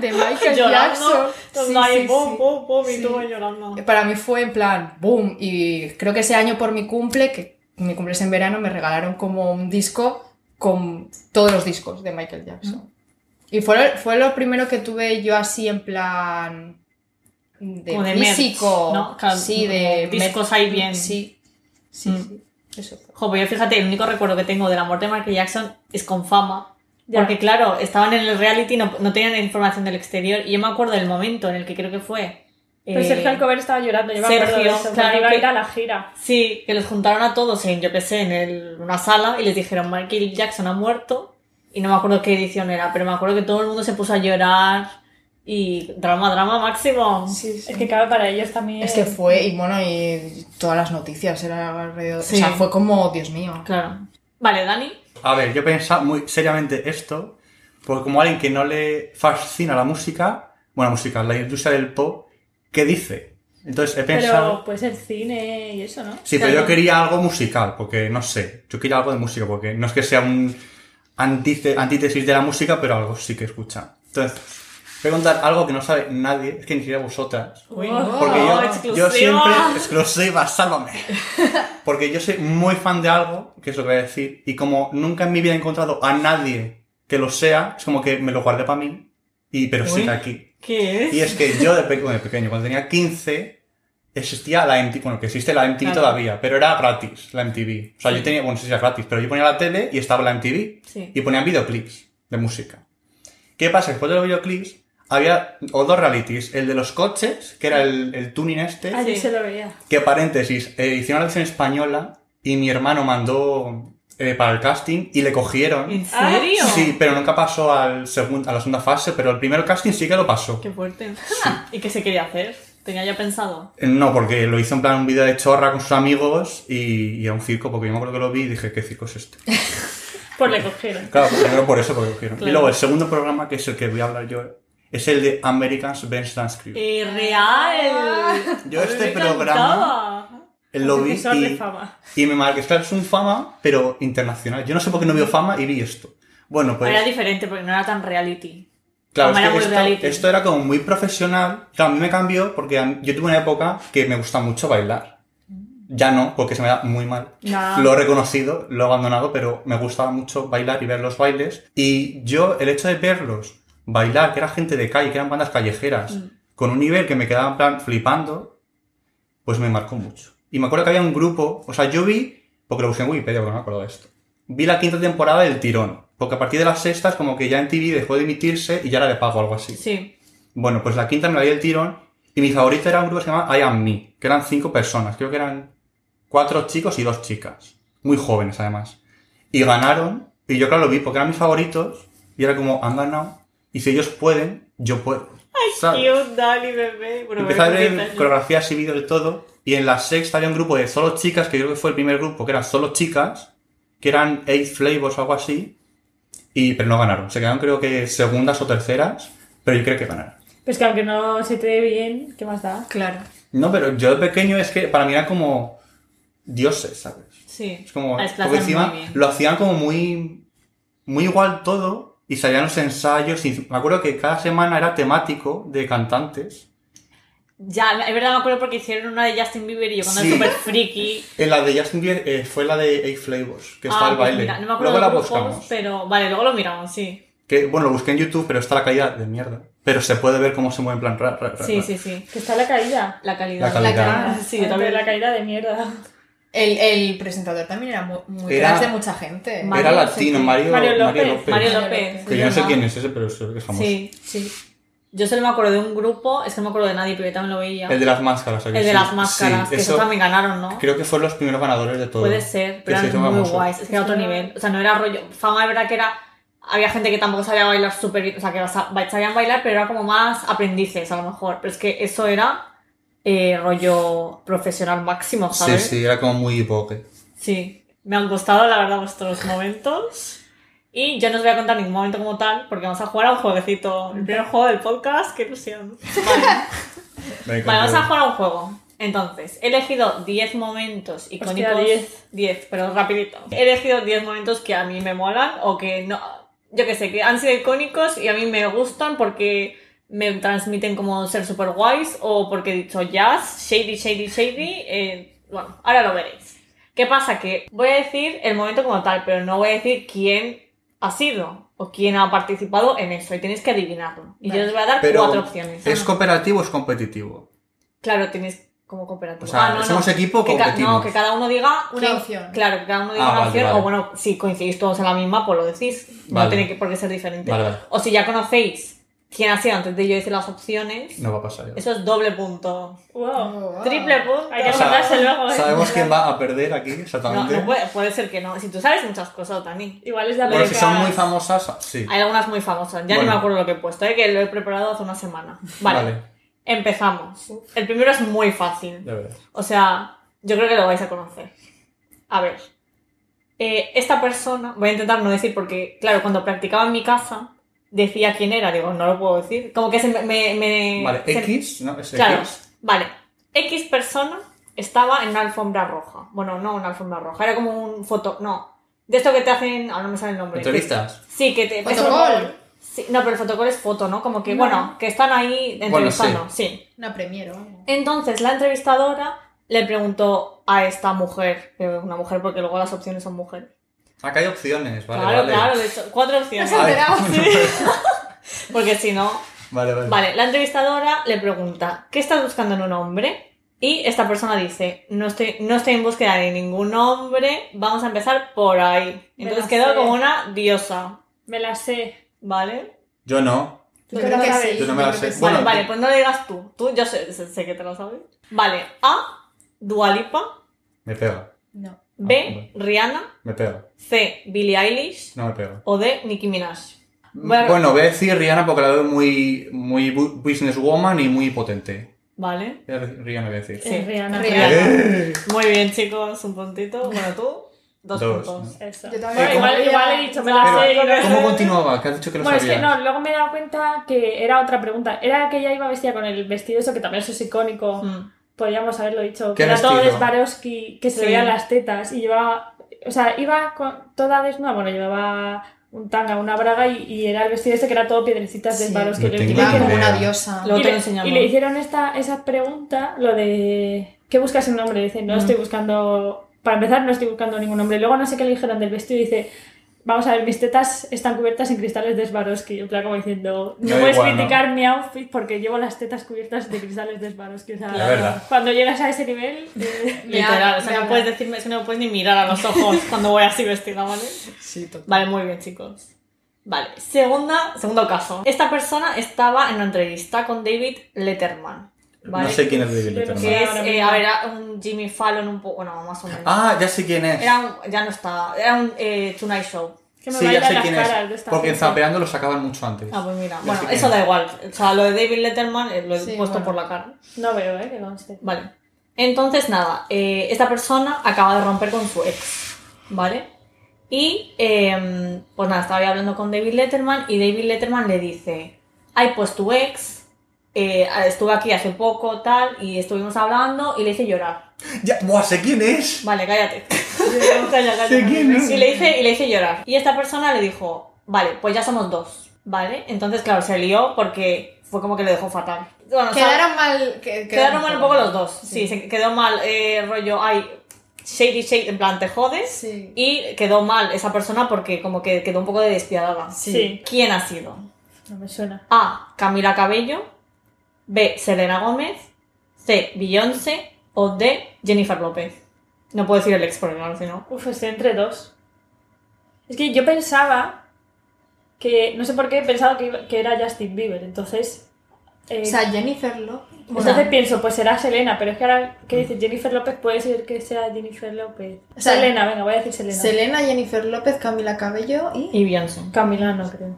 Speaker 5: de Michael Jackson.
Speaker 2: Llorando.
Speaker 5: Sí,
Speaker 2: Todo ahí,
Speaker 5: sí,
Speaker 2: pum,
Speaker 5: sí.
Speaker 2: pum, pum, y
Speaker 5: Sí.
Speaker 2: tú llorando.
Speaker 5: Para mí fue en plan, boom, y creo que ese año por mi cumple, que mi cumple es en verano, me regalaron como un disco con todos los discos de Michael Jackson.
Speaker 2: Mm.
Speaker 5: Y fue, fue lo primero que tuve yo así en plan de,
Speaker 2: Como de merch,
Speaker 5: físico,
Speaker 2: ¿no? Claro,
Speaker 5: sí, de
Speaker 2: como discos ahí bien.
Speaker 5: Sí, sí,
Speaker 2: Mm.
Speaker 5: sí, eso fue.
Speaker 2: Jo, pues yo fíjate, el único recuerdo que tengo de la muerte de Michael Jackson es con fama.
Speaker 3: Ya.
Speaker 2: Porque claro, estaban en el reality, no, no tenían información del exterior. Y yo me acuerdo del momento en el que creo que fue.
Speaker 3: Pero
Speaker 2: eh,
Speaker 3: Sergio Alcover estaba llorando, yo me acuerdo de
Speaker 2: Sergio,
Speaker 3: eso, porque
Speaker 2: claro,
Speaker 3: iba a
Speaker 2: que-
Speaker 3: ir a la gira.
Speaker 2: Sí, que los juntaron a todos en, yo qué sé, en el- una sala y les dijeron Michael Jackson ha muerto. Y no me acuerdo qué edición era, pero me acuerdo que todo el mundo se puso a llorar y drama, drama máximo.
Speaker 3: Es que claro, para ellos también...
Speaker 5: Es que fue, y bueno, y todas las noticias era alrededor.
Speaker 2: Sí.
Speaker 5: O sea, fue como, Dios mío.
Speaker 2: Claro. Vale, Dani.
Speaker 4: A ver, yo pensaba muy seriamente esto, porque como alguien que no le fascina la música, bueno, la música, la industria del pop, ¿qué dice? Entonces he pensado...
Speaker 3: Pero pues el cine y eso, ¿no?
Speaker 4: Sí, pero yo
Speaker 2: Claro.
Speaker 4: quería algo musical, porque no sé, yo quería algo de música, porque no es que sea un antíte- antítesis de la música, pero algo sí que escucha. Entonces, voy a contar algo que no sabe nadie, es que ni siquiera vosotras.
Speaker 2: Uy,
Speaker 3: no.
Speaker 4: Porque
Speaker 2: Oh,
Speaker 4: yo,
Speaker 2: exclusiva.
Speaker 4: yo siempre, exclusiva, sálvame. Porque yo soy muy fan de algo, que es lo que voy a decir, y como nunca en mi vida he encontrado a nadie que lo sea, es como que me lo guardé para mí, y pero sigue aquí.
Speaker 2: ¿Qué es?
Speaker 4: Y es que yo de, pe- bueno, de pequeño, cuando tenía 15, existía la MTV, bueno, que existe la MTV
Speaker 2: Claro.
Speaker 4: todavía, pero era gratis, la MTV. O sea, yo tenía, bueno, no sé si era gratis, pero yo ponía la tele y estaba la MTV
Speaker 2: Sí.
Speaker 4: y ponían videoclips de música. ¿Qué pasa? Después de los videoclips había o dos realities, el de los coches, que era el, el tuning este,
Speaker 3: Allí
Speaker 2: Sí.
Speaker 3: se lo veía.
Speaker 4: que paréntesis, eh, hicieron la versión española y mi hermano mandó eh, para el casting y le cogieron.
Speaker 2: ¿En serio?
Speaker 4: Sí, pero nunca pasó al segun- a la segunda fase, pero el primer casting sí que lo pasó.
Speaker 2: Qué fuerte. ¿Y qué se quería hacer? Tenía ya pensado.
Speaker 4: Eh, No, porque lo hizo en plan un vídeo de chorra con sus amigos y, y a un circo, porque yo me acuerdo que lo vi y dije, ¿qué circo es este?
Speaker 3: Pues le cogieron.
Speaker 4: Claro, pues primero por eso, porque lo cogieron.
Speaker 2: Claro.
Speaker 4: Y luego el segundo programa, que es el que voy a hablar yo, es el de Americans Bench Dance Crew.
Speaker 2: Eh, real.
Speaker 4: Yo
Speaker 2: A mí
Speaker 4: este
Speaker 2: me
Speaker 4: programa
Speaker 2: encantaba.
Speaker 4: lo vi
Speaker 3: Profesor de
Speaker 4: y,
Speaker 3: fama.
Speaker 4: y me marqué. Claro, es un fama, pero internacional. Yo no sé por qué no veo fama y vi esto. Bueno, pues.
Speaker 2: Era diferente porque no era tan reality.
Speaker 4: Claro,
Speaker 2: Como
Speaker 4: es
Speaker 2: era
Speaker 4: que
Speaker 2: muy
Speaker 4: esto,
Speaker 2: reality.
Speaker 4: esto era como muy profesional. Claro, a mí me cambió porque a mí- yo tuve una época que me gusta mucho bailar. Ya no, porque se me da muy mal.
Speaker 2: No.
Speaker 4: Lo he reconocido, lo he abandonado, pero me gustaba mucho bailar y ver los bailes. Y yo, el hecho de verlos bailar, que era gente de calle, que eran bandas callejeras,
Speaker 2: Mm.
Speaker 4: con un nivel que me quedaba en plan flipando, pues me marcó mucho. Y me acuerdo que había un grupo, o sea, yo vi, porque lo busqué en Wikipedia, porque no me acuerdo de esto, vi la quinta temporada del tirón, porque a partir de las sextas como que ya en TV dejó de emitirse y ya era de pago o algo así.
Speaker 2: Sí.
Speaker 4: Bueno, pues la quinta me la vi el tirón y mi favorito era un grupo que se llamaba I Am Me, que eran cinco personas, creo que eran cuatro chicos y dos chicas, muy jóvenes además. Y ganaron, y yo claro lo vi porque eran mis favoritos, y era como, han ganado, y si ellos pueden, yo puedo. ¿sabes?
Speaker 2: Cute, dale, bebé. Bueno,
Speaker 4: Empecé a
Speaker 2: bebé,
Speaker 4: ver
Speaker 2: sí.
Speaker 4: coreografías y vídeos de todo. Y en la sexta había un grupo de solo chicas, que creo que fue el primer grupo, que eran solo chicas, que eran Eight Flavors o algo así. Y, pero no ganaron. Se quedaron creo que segundas o terceras, pero yo creo que ganaron.
Speaker 3: Pues que aunque no se te dé bien, ¿qué más da?
Speaker 5: Claro.
Speaker 4: No, pero yo de pequeño es que para mí eran como dioses, ¿sabes?
Speaker 2: Sí.
Speaker 4: Es como...
Speaker 2: Las
Speaker 4: Porque
Speaker 2: plazas
Speaker 4: encima
Speaker 2: muy bien.
Speaker 4: lo hacían como muy... Muy igual todo. Y salían los ensayos. Y me acuerdo que cada semana era temático de cantantes.
Speaker 2: Ya, es verdad, me acuerdo porque hicieron una de Justin Bieber y yo cuando
Speaker 4: Sí.
Speaker 2: era súper friki.
Speaker 4: En la de Justin Bieber eh, fue la de Eight Flavors, que está
Speaker 2: Ah,
Speaker 4: el
Speaker 2: pues
Speaker 4: baile.
Speaker 2: mira, no me acuerdo
Speaker 4: luego la
Speaker 2: de grupos,
Speaker 4: buscamos.
Speaker 2: pero vale, luego lo miramos, sí.
Speaker 4: Que, bueno, lo busqué en YouTube, pero está la calidad de mierda. Pero se puede ver cómo se mueve en plan ra, ra, ra,
Speaker 2: Sí,
Speaker 4: ra.
Speaker 2: sí, sí.
Speaker 3: Que está la caída.
Speaker 2: La calidad.
Speaker 4: La calidad.
Speaker 2: Ah, Sí, yo
Speaker 3: Antes de
Speaker 2: también.
Speaker 3: La caída de mierda.
Speaker 5: El, el presentador también era muy, muy
Speaker 4: Era-
Speaker 5: crash de mucha gente.
Speaker 2: Ma-
Speaker 4: Era
Speaker 2: Mario
Speaker 4: latino, Mario,
Speaker 3: Mario López.
Speaker 4: Mario López.
Speaker 2: Mario
Speaker 5: Mario
Speaker 2: López.
Speaker 5: López.
Speaker 4: Que yo no sé
Speaker 5: Ajá.
Speaker 4: quién es ese, pero sé que es famoso.
Speaker 2: Sí.
Speaker 5: Sí.
Speaker 2: Yo solo me acuerdo de un grupo, es que no me acuerdo de nadie, pero yo también lo veía.
Speaker 4: El de las máscaras. ¿a que
Speaker 2: El de
Speaker 4: sí?
Speaker 2: las máscaras,
Speaker 4: Sí,
Speaker 2: que
Speaker 4: eso
Speaker 2: esos también ganaron, ¿no?
Speaker 4: Creo que fueron los primeros ganadores de todo.
Speaker 2: Puede ser, pero
Speaker 4: Que se
Speaker 2: eran
Speaker 4: hizo
Speaker 2: muy
Speaker 4: famoso.
Speaker 2: guays. Es que era otro nivel. O sea, no era rollo. Fama, de verdad que era. Había gente que tampoco sabía bailar súper bien. O sea, que sa- ba- sabían bailar, pero era como más aprendices, a lo mejor. Pero es que eso era eh, rollo profesional máximo,
Speaker 4: Sí,
Speaker 2: ¿sabes?
Speaker 4: sí, era como muy hipoque.
Speaker 2: Sí, me han gustado, la verdad, vuestros momentos. Y yo no os voy a contar ningún momento como tal, porque vamos a jugar a un jueguecito. El primer juego del podcast, qué ilusión. Vale, Vale,
Speaker 4: Me
Speaker 2: vamos a
Speaker 4: encantó.
Speaker 2: jugar a un juego. Entonces, he elegido 10 momentos icónicos.
Speaker 3: 10.
Speaker 2: 10, pero rapidito. He elegido 10 momentos que a mí me molan o que no. Yo qué sé, que han sido icónicos y a mí me gustan porque me transmiten como ser super guays o porque he dicho jazz, shady, shady, shady. eh, bueno, ahora lo veréis. ¿Qué pasa? Que voy a decir el momento como tal, pero no voy a decir quién ha sido o quién ha participado en eso y tenéis que adivinarlo. Y yo
Speaker 5: Vale.
Speaker 2: os voy a dar
Speaker 4: Pero
Speaker 2: cuatro opciones.
Speaker 4: ¿Es cooperativo o es competitivo?
Speaker 2: Claro, tienes como cooperativo. Ah,
Speaker 4: O sea, ¿somos equipo o
Speaker 2: que ca-
Speaker 4: competimos?
Speaker 2: No, que cada uno diga
Speaker 5: Una
Speaker 2: quién-
Speaker 5: opción.
Speaker 2: Claro, que cada uno diga
Speaker 4: Ah,
Speaker 2: una
Speaker 4: vale,
Speaker 2: opción.
Speaker 4: vale.
Speaker 2: O bueno, si coincidís todos en la misma, pues lo decís. No
Speaker 4: Vale.
Speaker 2: tiene que, por qué ser diferente.
Speaker 4: Vale, vale.
Speaker 2: O si ya conocéis quién ha sido antes de yo decir las opciones,
Speaker 4: No va a pasar. ya.
Speaker 2: eso es doble punto.
Speaker 3: Wow.
Speaker 2: Triple punto.
Speaker 3: Hay que
Speaker 4: O sea,
Speaker 3: acordarse luego, ¿eh?
Speaker 4: Sabemos quién va a perder aquí,
Speaker 2: no,
Speaker 4: exactamente.
Speaker 2: no puede, puede ser que no. Si tú sabes muchas cosas, Dani.
Speaker 3: Igual es de
Speaker 4: Pero si
Speaker 3: América.
Speaker 4: son muy famosas, sí.
Speaker 2: Hay algunas muy famosas. Ya ni
Speaker 4: Bueno.
Speaker 2: me acuerdo lo que he puesto, ¿eh? que lo he preparado hace una semana. Vale.
Speaker 4: Vale.
Speaker 2: Empezamos. El primero es muy fácil.
Speaker 4: De verdad.
Speaker 2: O sea, yo creo que lo vais a conocer. A ver. eh, esta persona, voy a intentar no decir porque, claro, cuando practicaba en mi casa, decía quién era, digo, no lo puedo decir. Como que se me. me- me-
Speaker 4: Vale,
Speaker 2: Eh, se-
Speaker 4: X, ¿no? Es
Speaker 2: Claro,
Speaker 4: X.
Speaker 2: vale. X persona estaba en una alfombra roja. Bueno, no una alfombra roja, era como un foto. No. De esto que te hacen. Ahora no me sale el nombre.
Speaker 4: ¿Entrevistas?
Speaker 2: Sí, que te.
Speaker 5: Fotocall.
Speaker 2: Sí, no, pero el fotocall es foto, ¿no? Como que,
Speaker 3: No.
Speaker 2: bueno, que están ahí entrevistando. sí.
Speaker 5: Una premier o algo.
Speaker 2: Entonces la entrevistadora le preguntó a esta mujer, que es una mujer porque luego las opciones son mujer.
Speaker 4: Acá hay opciones, vale,
Speaker 2: claro,
Speaker 4: vale.
Speaker 2: claro, de hecho, cuatro
Speaker 5: Nos
Speaker 2: opciones.
Speaker 4: A ver.
Speaker 5: enteramos.
Speaker 2: Porque si no.
Speaker 4: Vale, vale.
Speaker 2: Vale, la entrevistadora le pregunta, ¿qué estás buscando en un hombre? Y esta persona dice, no estoy, no estoy en búsqueda de ningún hombre, vamos a empezar por ahí.
Speaker 3: Me
Speaker 2: Entonces
Speaker 3: la
Speaker 2: quedó
Speaker 3: sé.
Speaker 2: como una diosa,
Speaker 3: Me la sé.
Speaker 2: ¿vale?
Speaker 4: Yo no.
Speaker 5: Yo
Speaker 3: Pero
Speaker 5: creo que
Speaker 3: no la
Speaker 5: sí.
Speaker 3: veis.
Speaker 4: Yo no me la
Speaker 5: creo que
Speaker 4: sé.
Speaker 5: sí.
Speaker 4: Bueno, eh.
Speaker 2: vale, vale, pues no le digas tú. Tú, yo sé, sé- sé que te lo sabes. Vale, A, Dualipa.
Speaker 4: Me pega,
Speaker 5: No.
Speaker 4: Ah,
Speaker 2: B, Rihanna.
Speaker 4: me pega,
Speaker 2: C. Billie Eilish
Speaker 4: no me pega.
Speaker 2: o D. Nicki Minaj.
Speaker 4: Bueno, voy a decir Rihanna porque la veo muy, muy bu- businesswoman y muy potente.
Speaker 2: Vale.
Speaker 4: Eh, Rihanna voy a decir.
Speaker 2: Sí.
Speaker 3: Es Rihanna.
Speaker 5: Rihanna.
Speaker 4: Eh,
Speaker 2: Muy bien, chicos, un puntito. Bueno, tú. Dos,
Speaker 4: Dos,
Speaker 2: puntos.
Speaker 3: Eso.
Speaker 5: Yo también.
Speaker 3: Bueno, igual,
Speaker 5: Como-
Speaker 3: igual he dicho, me la
Speaker 4: Pero,
Speaker 3: sé. y no-
Speaker 4: ¿cómo continuaba? Que has dicho que lo
Speaker 3: Bueno, es
Speaker 4: sabías.
Speaker 3: que no, luego me he dado cuenta que era otra pregunta. Era que ella iba vestida con el vestido eso, que también eso es icónico.
Speaker 2: Mm.
Speaker 3: Podríamos haberlo dicho.
Speaker 4: ¿Qué
Speaker 3: Que era todo de
Speaker 4: vestido?
Speaker 3: Swarovski, que se le
Speaker 2: Sí.
Speaker 3: veían las tetas y llevaba... O sea, iba con- toda desnuda, bueno, llevaba un tanga, una braga y, y era el vestido ese que era todo piedrecitas de
Speaker 5: Sí.
Speaker 3: Swarovski.
Speaker 4: No
Speaker 3: que-
Speaker 4: tengo
Speaker 3: y
Speaker 4: ni
Speaker 5: Iba
Speaker 3: que-
Speaker 5: como una
Speaker 4: idea.
Speaker 5: diosa.
Speaker 2: Lo- Luego
Speaker 3: y,
Speaker 2: te
Speaker 3: le,
Speaker 2: lo enseñamos.
Speaker 3: y le hicieron esta, esa pregunta, lo de ¿qué buscas en un hombre? Dice, no
Speaker 2: Mm.
Speaker 3: estoy buscando, para empezar, no estoy buscando ningún hombre. Luego no sé qué le dijeron del vestido y dice, vamos a ver, mis tetas están cubiertas en cristales de Swarovski. En plan, como diciendo, no
Speaker 4: Da
Speaker 3: puedes
Speaker 4: igual, ¿no?
Speaker 3: criticar mi outfit porque llevo las tetas cubiertas de cristales de Swarovski. O sea,
Speaker 4: La verdad.
Speaker 3: cuando llegas a ese nivel, eh,
Speaker 5: Me
Speaker 2: Literal,
Speaker 5: habla,
Speaker 2: o sea,
Speaker 5: me
Speaker 2: no
Speaker 5: habla.
Speaker 2: puedes decirme, es que no puedes ni mirar a los ojos cuando voy así vestida, ¿vale?
Speaker 5: Sí, total.
Speaker 2: Vale, muy bien, chicos. Vale, segunda, segundo caso. Esta persona estaba en una entrevista con David Letterman. ¿vale?
Speaker 4: No sé quién es David
Speaker 3: Pero
Speaker 4: Letterman.
Speaker 2: Que es,
Speaker 3: Ahora
Speaker 2: eh,
Speaker 3: mismo.
Speaker 2: a ver, era un Jimmy Fallon un poco, bueno, más o menos.
Speaker 4: Ah, ya sé quién es.
Speaker 2: Era un, ya no está, era un eh, Tonight Show.
Speaker 3: que me
Speaker 4: sí, ya
Speaker 3: bailan
Speaker 4: sé
Speaker 3: las
Speaker 4: quién
Speaker 3: caras de
Speaker 4: es.
Speaker 3: esta
Speaker 4: Porque en
Speaker 3: gente.
Speaker 4: Zapeando lo sacaban mucho antes.
Speaker 2: Ah, pues mira,
Speaker 4: Ya sé
Speaker 2: bueno,
Speaker 4: quién
Speaker 2: eso
Speaker 4: es.
Speaker 2: da igual. O sea, lo de David Letterman eh, lo he
Speaker 5: Sí,
Speaker 2: puesto
Speaker 5: bueno.
Speaker 2: por la cara.
Speaker 3: No veo, eh, que conste.
Speaker 2: Vale. Entonces, nada, eh, esta persona acaba de romper con su ex, ¿vale? Y, eh, pues nada, estaba ahí hablando con David Letterman y David Letterman le dice, ay, pues tu ex, eh, estuve aquí hace poco, tal, y estuvimos hablando y le hice llorar.
Speaker 4: Ya, buah, sé quién es.
Speaker 2: Vale, cállate. Calla, calla.
Speaker 4: Sé quién es.
Speaker 2: Y le, hice, y le hice llorar. Y esta persona le dijo, vale, pues ya somos dos, ¿vale? Entonces, claro, se lió porque fue como que le dejó fatal. Bueno, o sea,
Speaker 5: Quedaron mal. que-
Speaker 2: Quedaron mal un poco los dos. Sí, se quedó mal eh, rollo, ay, shady shady, en plan, te jodes.
Speaker 5: Sí.
Speaker 2: Y quedó mal esa persona porque como que quedó un poco de despiadada.
Speaker 5: Sí.
Speaker 3: Sí.
Speaker 2: ¿Quién ha sido?
Speaker 3: No me suena.
Speaker 2: A. Camila Cabello. B. Selena Gómez. C. Beyoncé. O D. Jennifer López. No puedo decir el ex porque claro, si no.
Speaker 3: Uf, estoy entre dos. Es que yo pensaba que, no sé por qué, he pensado que, iba- que era Justin Bieber, entonces... eh,
Speaker 5: O sea, Jennifer López.
Speaker 3: entonces
Speaker 2: bueno. Mm.
Speaker 3: pienso, pues será Selena, pero es que ahora que dice Jennifer López, puede ser que sea Jennifer López.
Speaker 5: O sea,
Speaker 3: Selena, venga, voy a decir Selena.
Speaker 5: Selena, Jennifer López, Camila Cabello y.
Speaker 2: Y Beyoncé.
Speaker 3: Camila no creo.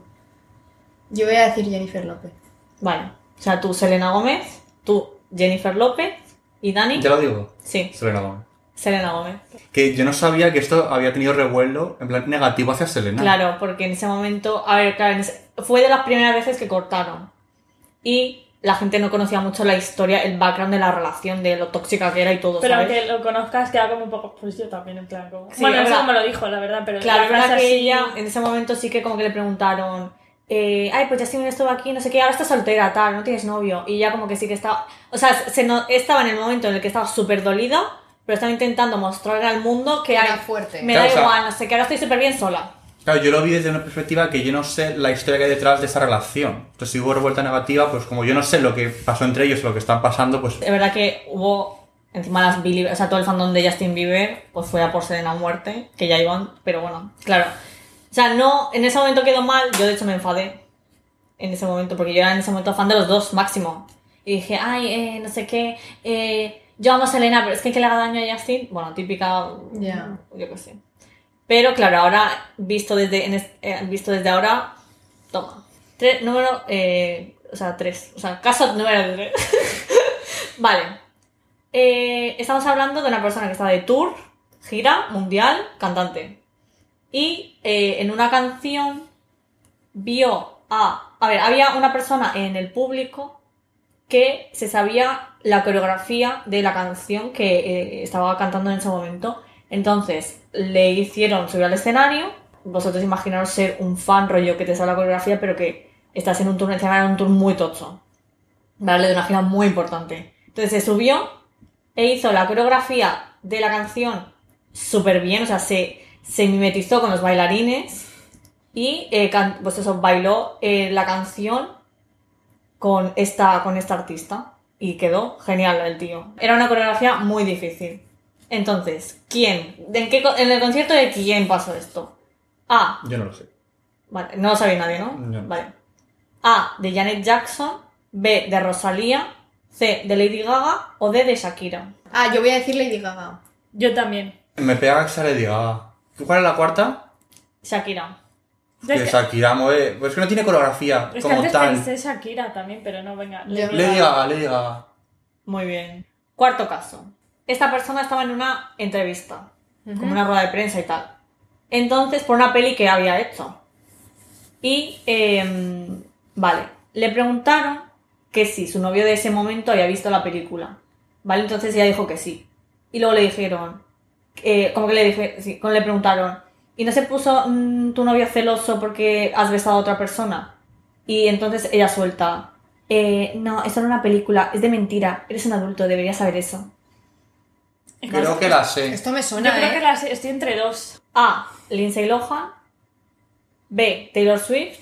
Speaker 5: Yo voy a decir Jennifer López.
Speaker 2: Vale. O sea, tú Selena Gómez, tú Jennifer López y Dani.
Speaker 4: Ya lo digo.
Speaker 2: Sí,
Speaker 4: Selena Gómez.
Speaker 2: Selena Gómez.
Speaker 4: Que yo no sabía que esto había tenido revuelo en plan negativo hacia Selena.
Speaker 2: Claro, porque en ese momento, a ver, claro, en ese- fue de las primeras veces que cortaron. Y la gente no conocía mucho la historia, el background de la relación, de lo tóxica que era y todo,
Speaker 3: Pero
Speaker 2: ¿sabes?
Speaker 3: aunque lo conozcas, queda como un poco... Pues yo también, en plan, como...
Speaker 2: Sí,
Speaker 3: bueno,
Speaker 2: es
Speaker 3: eso
Speaker 2: verdad.
Speaker 3: como lo dijo, la verdad, pero...
Speaker 2: Claro,
Speaker 3: la
Speaker 2: es verdad
Speaker 3: frase
Speaker 2: que
Speaker 3: así-
Speaker 2: ella en ese momento sí que como que le preguntaron, eh, ay, pues ya sí me estuvo aquí, no sé qué, ahora estás soltera, tal, no tienes novio. Y ella como que sí que estaba, o sea, se no, estaba en el momento en el que estaba súper dolida, pero estaba intentando mostrarle al mundo que
Speaker 5: Era
Speaker 2: ay,
Speaker 5: fuerte.
Speaker 2: me
Speaker 4: Claro, o
Speaker 2: da
Speaker 4: sea-
Speaker 2: igual, no sé qué, ahora estoy súper bien sola.
Speaker 4: Claro, yo lo vi desde una perspectiva que yo no sé la historia que hay detrás de esa relación. Entonces, si hubo revuelta negativa, pues como yo no sé lo que pasó entre ellos, lo que están pasando, pues
Speaker 2: Es verdad que hubo encima las Billie, o sea, todo el fandom de Justin Bieber, pues fue a por Selena Muerte, que ya iban, pero bueno, claro. O sea, no, en ese momento quedó mal, yo de hecho me enfadé en ese momento, porque yo era en ese momento fan de los dos, máximo. Y dije, ay, eh, no sé qué, eh, yo amo a Selena, pero es que que le haga daño a Justin, bueno, típica,
Speaker 5: Ya.
Speaker 2: yo qué sé. Pero claro, ahora, visto desde, en es- eh, visto desde ahora, toma. Tres, número, eh, o sea, tres, o sea, caso número tres. Vale. Eh, estamos hablando de una persona que está de tour, gira, mundial, cantante. Y eh, en una canción vio a... A ver, había una persona en el público que se sabía la coreografía de la canción que eh, estaba cantando en ese momento. Entonces le hicieron subir al escenario. Vosotros imaginaros ser un fan rollo que te sabe la coreografía, pero que estás en un tour, encima era un tour muy tocho. ¿vale? De una gira muy importante. Entonces se subió e hizo la coreografía de la canción súper bien, o sea, se, se mimetizó con los bailarines y eh, can- pues eso, bailó eh, la canción con esta, con esta artista y quedó genial el tío. Era una coreografía muy difícil. Entonces, ¿quién? ¿En, qué, co- en el concierto de quién pasó esto? A.
Speaker 4: yo no lo sé.
Speaker 2: Vale, no lo sabía nadie, ¿no?
Speaker 4: No.
Speaker 2: Vale. A, de Janet Jackson. B, de Rosalía. C, de Lady Gaga. O D, de Shakira.
Speaker 5: Ah, yo voy a decir Lady Gaga.
Speaker 3: Yo también.
Speaker 4: Me pega que se le diga. ah. ¿Cuál es la cuarta?
Speaker 2: Shakira.
Speaker 4: Que Shakira mueve. Pues que no tiene coreografía
Speaker 3: es que
Speaker 4: como
Speaker 3: antes
Speaker 4: tal.
Speaker 3: pensé Shakira también, pero no, venga.
Speaker 5: Ya.
Speaker 3: le-
Speaker 4: Le diga, le diga.
Speaker 2: Muy bien. Cuarto caso. Esta persona estaba en una entrevista. como una rueda de prensa y tal. Entonces, por una peli que había hecho. Y, em, vale, le preguntaron que si su novio de ese momento había visto la película. Vale, entonces ella dijo que sí. Y luego le dijeron, eh, como que le dije, sí, como le preguntaron, ¿y no se puso mm, tu novio celoso porque has besado a otra persona? Y entonces ella suelta, eh, no, es solo una película, es de mentira, eres un adulto, deberías saber eso.
Speaker 4: Creo que la sé.
Speaker 5: Esto me
Speaker 3: Yo
Speaker 5: suena,
Speaker 3: creo
Speaker 5: ¿eh?
Speaker 3: que las, estoy entre dos.
Speaker 2: A. Lindsay Lohan. B. Taylor Swift.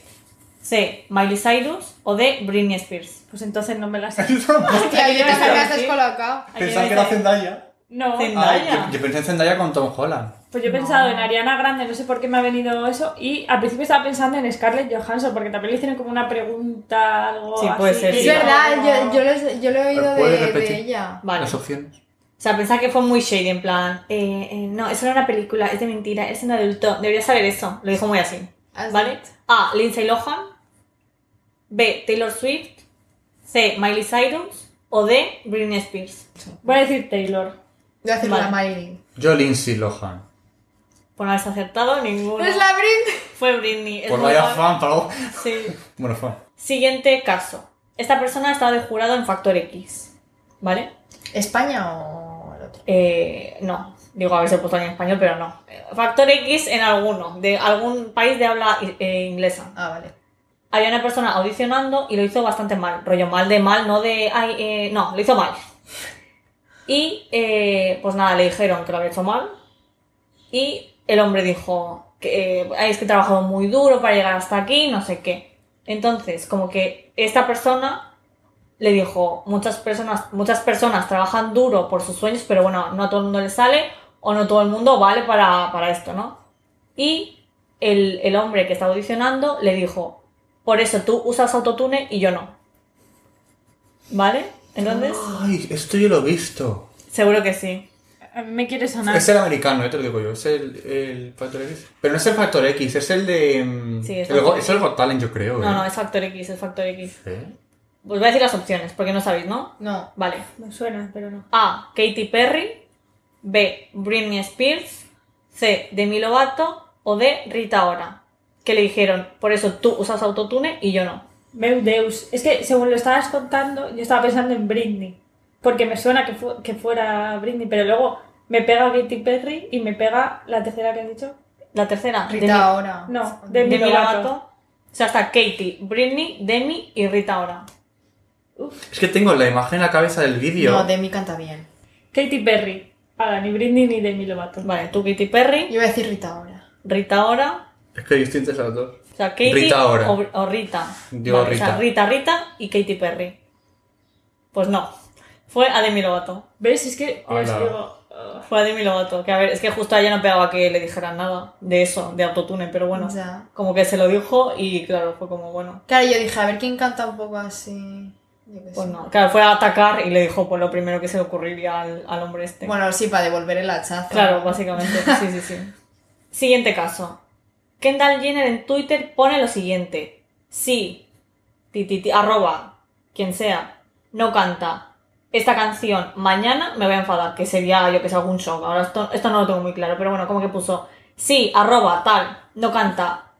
Speaker 2: C. Miley Cyrus. O D. Britney Spears.
Speaker 3: Pues entonces no me las
Speaker 4: Yo tampoco.
Speaker 5: Hostia, yo pensaba que me has
Speaker 2: Sí.
Speaker 5: descolocado.
Speaker 2: Aquí
Speaker 4: Pensaba
Speaker 2: hay
Speaker 4: que era
Speaker 2: que-
Speaker 4: Zendaya.
Speaker 3: No,
Speaker 2: Zendaya.
Speaker 4: Ay, yo, yo pensé en Zendaya con Tom Holland.
Speaker 3: pues yo he pensado en Ariana Grande, no sé por qué me ha venido eso. Y al principio estaba pensando en Scarlett Johansson, porque también le hicieron como una pregunta, algo
Speaker 2: Sí,
Speaker 3: así.
Speaker 2: puede ser,
Speaker 3: y
Speaker 5: Es
Speaker 2: sí.
Speaker 3: yo
Speaker 5: verdad,
Speaker 3: como-
Speaker 5: yo, yo, les- yo lo he oído
Speaker 4: ¿Puedes
Speaker 5: de,
Speaker 4: repetir?
Speaker 5: de ella.
Speaker 2: Vale.
Speaker 4: Las opciones.
Speaker 2: O sea, pensaba que fue muy shady, en plan, eh, eh, no, es solo una película, es de mentira, es un adulto, deberías saber eso. Lo dijo muy así.
Speaker 5: Así.
Speaker 2: ¿Vale? A. Lindsay Lohan. B. Taylor Swift. C. Miley Cyrus. O D. Britney Spears.
Speaker 3: Voy a decir Taylor.
Speaker 5: Voy a hacer una
Speaker 2: Vale.
Speaker 5: Miley.
Speaker 4: Yo Lindsay Lohan.
Speaker 2: Por Pues no haberse acertado ninguno.
Speaker 5: ¡No es la Britney!
Speaker 2: Fue Britney. es
Speaker 4: Pues
Speaker 2: muy
Speaker 4: vaya
Speaker 2: mal.
Speaker 4: fan, Pau.
Speaker 2: Sí.
Speaker 4: Bueno, fan.
Speaker 2: Siguiente caso. Esta persona ha estado de jurado en Factor X. ¿Vale?
Speaker 5: ¿España o el otro?
Speaker 2: Eh, no. Digo, haberse puesto en español, pero no. Eh, Factor X en alguno, de algún país de habla eh, inglesa.
Speaker 5: Ah, vale.
Speaker 2: Había una persona audicionando y lo hizo bastante mal. Rollo mal de mal, no de. Ay, eh, no, lo hizo mal. Y eh, pues nada, le dijeron que lo había hecho mal. Y el hombre dijo que eh, "Ay, es que he trabajado muy duro para llegar hasta aquí, no sé qué. Entonces, como que esta persona le dijo, muchas personas, muchas personas trabajan duro por sus sueños, pero bueno, no a todo el mundo le sale o no todo el mundo vale para, para esto, ¿no? Y el, el hombre que estaba audicionando le dijo, por eso tú usas autotune y yo no. ¿Vale? Entonces,
Speaker 4: Ay, esto yo lo he visto.
Speaker 2: seguro que sí.
Speaker 3: A mí Eh, me quiere sonar.
Speaker 4: Es el americano, ya te lo digo yo. Es el, el Factor X. Pero no es el Factor X, es el de. mm,
Speaker 2: Sí, es
Speaker 4: el, Go-
Speaker 2: Factor
Speaker 4: es el Got Talent, yo creo.
Speaker 2: No,
Speaker 4: ¿eh?
Speaker 2: no, es Factor X, es Factor X.
Speaker 4: ¿Eh?
Speaker 2: Os voy a decir las opciones, porque no sabéis, ¿no?
Speaker 5: No.
Speaker 2: Vale.
Speaker 3: Me suena, pero no.
Speaker 2: A. Katy Perry. B. Britney Spears. C. Demi Lovato. O D. Rita Ora. Que le dijeron, por eso tú usas autotune y yo no.
Speaker 3: Meu Deus. Es que según lo estabas contando, yo estaba pensando en Britney. Porque me suena que, fu- que fuera Britney, pero luego me pega Katy Perry y me pega la tercera que has dicho.
Speaker 2: La tercera.
Speaker 5: Rita ahora.
Speaker 3: No,
Speaker 2: Demi,
Speaker 3: Demi
Speaker 2: Demi
Speaker 3: Lovato.
Speaker 2: Lovato. O sea, está Katy, Britney, Demi y Rita Ora.
Speaker 4: Es que tengo la imagen en la cabeza del vídeo.
Speaker 5: No, Demi canta bien.
Speaker 3: Katy Perry. Ahora, ni Britney ni Demi Lovato.
Speaker 2: Vale, tú Katy Perry,
Speaker 5: Yo voy a decir Rita ahora.
Speaker 2: Rita Ora.
Speaker 4: Es que yo estoy entre esas dos.
Speaker 2: O sea, Katy
Speaker 4: Rita Ora.
Speaker 2: O, o Rita.
Speaker 4: Yo
Speaker 2: O sea, Rita, Rita y Katy Perry. Pues no. Fue a Demi Lovato.
Speaker 3: ¿Ves? Es que yo os
Speaker 4: Ala.
Speaker 3: digo... "Ugh".
Speaker 2: Fue a Demi Lovato. Que a ver, es que justo a ella no pegaba que le dijeran nada de eso, de autotune, pero bueno.
Speaker 5: Ya.
Speaker 2: Como que se lo dijo y claro, fue como bueno.
Speaker 5: Claro, yo dije, a ver quién canta un poco así. Yo qué sé.
Speaker 2: Pues no. Claro, fue a atacar y le dijo pues lo primero que se le ocurriría al, al hombre este.
Speaker 5: Bueno, sí, para devolver el hachazo.
Speaker 2: Claro, básicamente. Sí, sí, sí. Siguiente caso. Kendall Jenner en Twitter pone lo siguiente. Sí, ti, ti, ti, arroba, quien sea, no canta esta canción mañana, me voy a enfadar, que sería, yo que sé, algún shock. Ahora esto, esto no lo tengo muy claro, pero bueno, como que puso, sí, arroba, tal, no canta,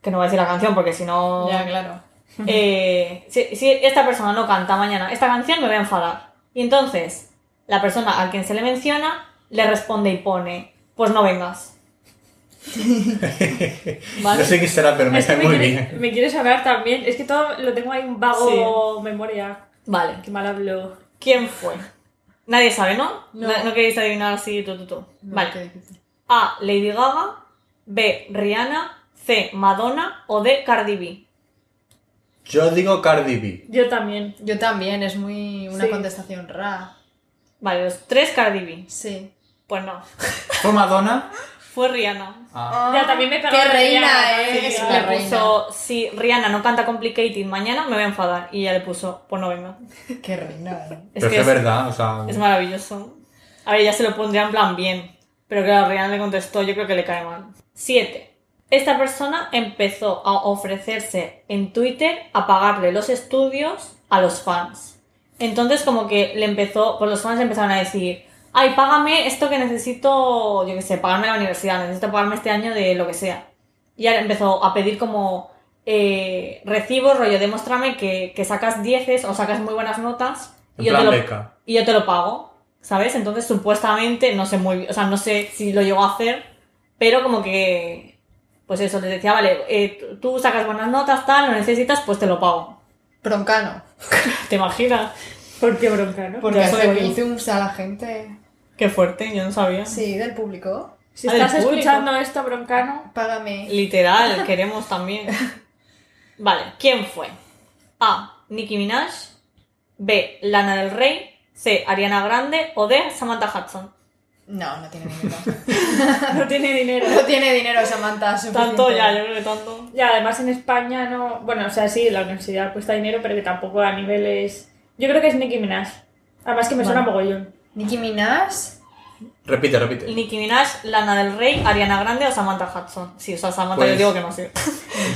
Speaker 2: que no va a decir la canción porque si no...
Speaker 5: Ya, claro.
Speaker 2: Eh, si, si esta persona no canta mañana esta canción, me voy a enfadar. Y entonces, la persona a quien se le menciona le responde y pone, pues no vengas. ¿Vale?
Speaker 4: No sé qué será, pero me
Speaker 3: Es que
Speaker 4: cae
Speaker 3: me
Speaker 4: muy
Speaker 3: quiere,
Speaker 4: bien.
Speaker 3: me quiere sonar también. Es que todo lo tengo ahí un vago memoria.
Speaker 2: Vale.
Speaker 3: Qué mal hablo.
Speaker 2: ¿Quién fue? Nadie sabe, ¿no?
Speaker 5: No.
Speaker 2: No, no queréis adivinar así, tú, tú, tú.
Speaker 5: No,
Speaker 2: vale.
Speaker 5: qué difícil.
Speaker 2: A. Lady Gaga. B. Rihanna. C. Madonna. O D. Cardi B.
Speaker 4: Yo digo Cardi B.
Speaker 3: Yo también.
Speaker 5: Yo también, es muy una
Speaker 3: Sí.
Speaker 5: contestación rara.
Speaker 2: Vale, los tres Cardi B.
Speaker 5: Sí.
Speaker 2: Pues no.
Speaker 4: ¿Fue Madonna?
Speaker 2: Fue Rihanna.
Speaker 4: Ah.
Speaker 3: Ya, también me
Speaker 5: Qué
Speaker 3: pegaba
Speaker 5: reina,
Speaker 3: Rihanna,
Speaker 5: eh.
Speaker 3: sí,
Speaker 5: Es
Speaker 3: ya.
Speaker 5: la
Speaker 2: Le
Speaker 5: reina.
Speaker 2: puso, si Rihanna no canta Complicated mañana, me voy a enfadar. Y ella le puso, pues no venga.
Speaker 5: Qué reina, eh.
Speaker 2: Es
Speaker 4: pero
Speaker 2: que es,
Speaker 4: es, verdad, o sea.
Speaker 2: es maravilloso. A ver, ya se lo pondría en plan bien. Pero claro, Rihanna le contestó, yo creo que le cae mal. 7. Esta persona empezó a ofrecerse en Twitter a pagarle los estudios a los fans. Entonces como que le empezó, pues los fans empezaron a decir, ay, págame esto que necesito, yo qué sé, pagarme la universidad, necesito pagarme este año de lo que sea. Y ahora empezó a pedir como eh, recibos, rollo, demuéstrame que, que sacas dieces o sacas muy buenas notas
Speaker 4: En
Speaker 2: y yo, te
Speaker 4: plan
Speaker 2: lo,
Speaker 4: beca.
Speaker 2: y yo te lo pago, ¿sabes? Entonces supuestamente, no sé muy, o sea, no sé si lo llegó a hacer, pero como que, pues eso, les decía, vale, eh, tú- tú sacas buenas notas, tal, lo necesitas, pues te lo pago.
Speaker 5: Broncano.
Speaker 2: ¿Te imaginas?
Speaker 3: ¿Por qué bronca, no?
Speaker 5: Porque
Speaker 2: Ya
Speaker 5: hace
Speaker 2: sabemos.
Speaker 5: bizums a la gente.
Speaker 2: Qué fuerte, yo no sabía.
Speaker 5: Sí, del público.
Speaker 3: Si
Speaker 2: Ah,
Speaker 3: estás
Speaker 2: del público.
Speaker 3: escuchando esto, broncano,
Speaker 5: Págame.
Speaker 2: Literal, queremos también. Vale, ¿quién fue? A. Nicki Minaj. B. Lana del Rey. C. Ariana Grande. O D. Samantha Hudson.
Speaker 5: No, no tiene dinero.
Speaker 3: no tiene dinero.
Speaker 5: no tiene dinero, Samantha. suficiente.
Speaker 2: Tanto ya, yo creo que tanto.
Speaker 3: Y además en España no. Bueno, o sea, sí, la universidad cuesta dinero, pero que tampoco a niveles. Yo creo que es Nicki Minaj. Además que me suena
Speaker 2: Vale.
Speaker 3: mogollón.
Speaker 5: Nicki Minaj.
Speaker 4: Repite, repite.
Speaker 2: Nicki Minaj, Lana del Rey, Ariana Grande o Samantha Hudson. Sí, o sea, Samantha
Speaker 4: Pues-
Speaker 2: yo digo que no sé.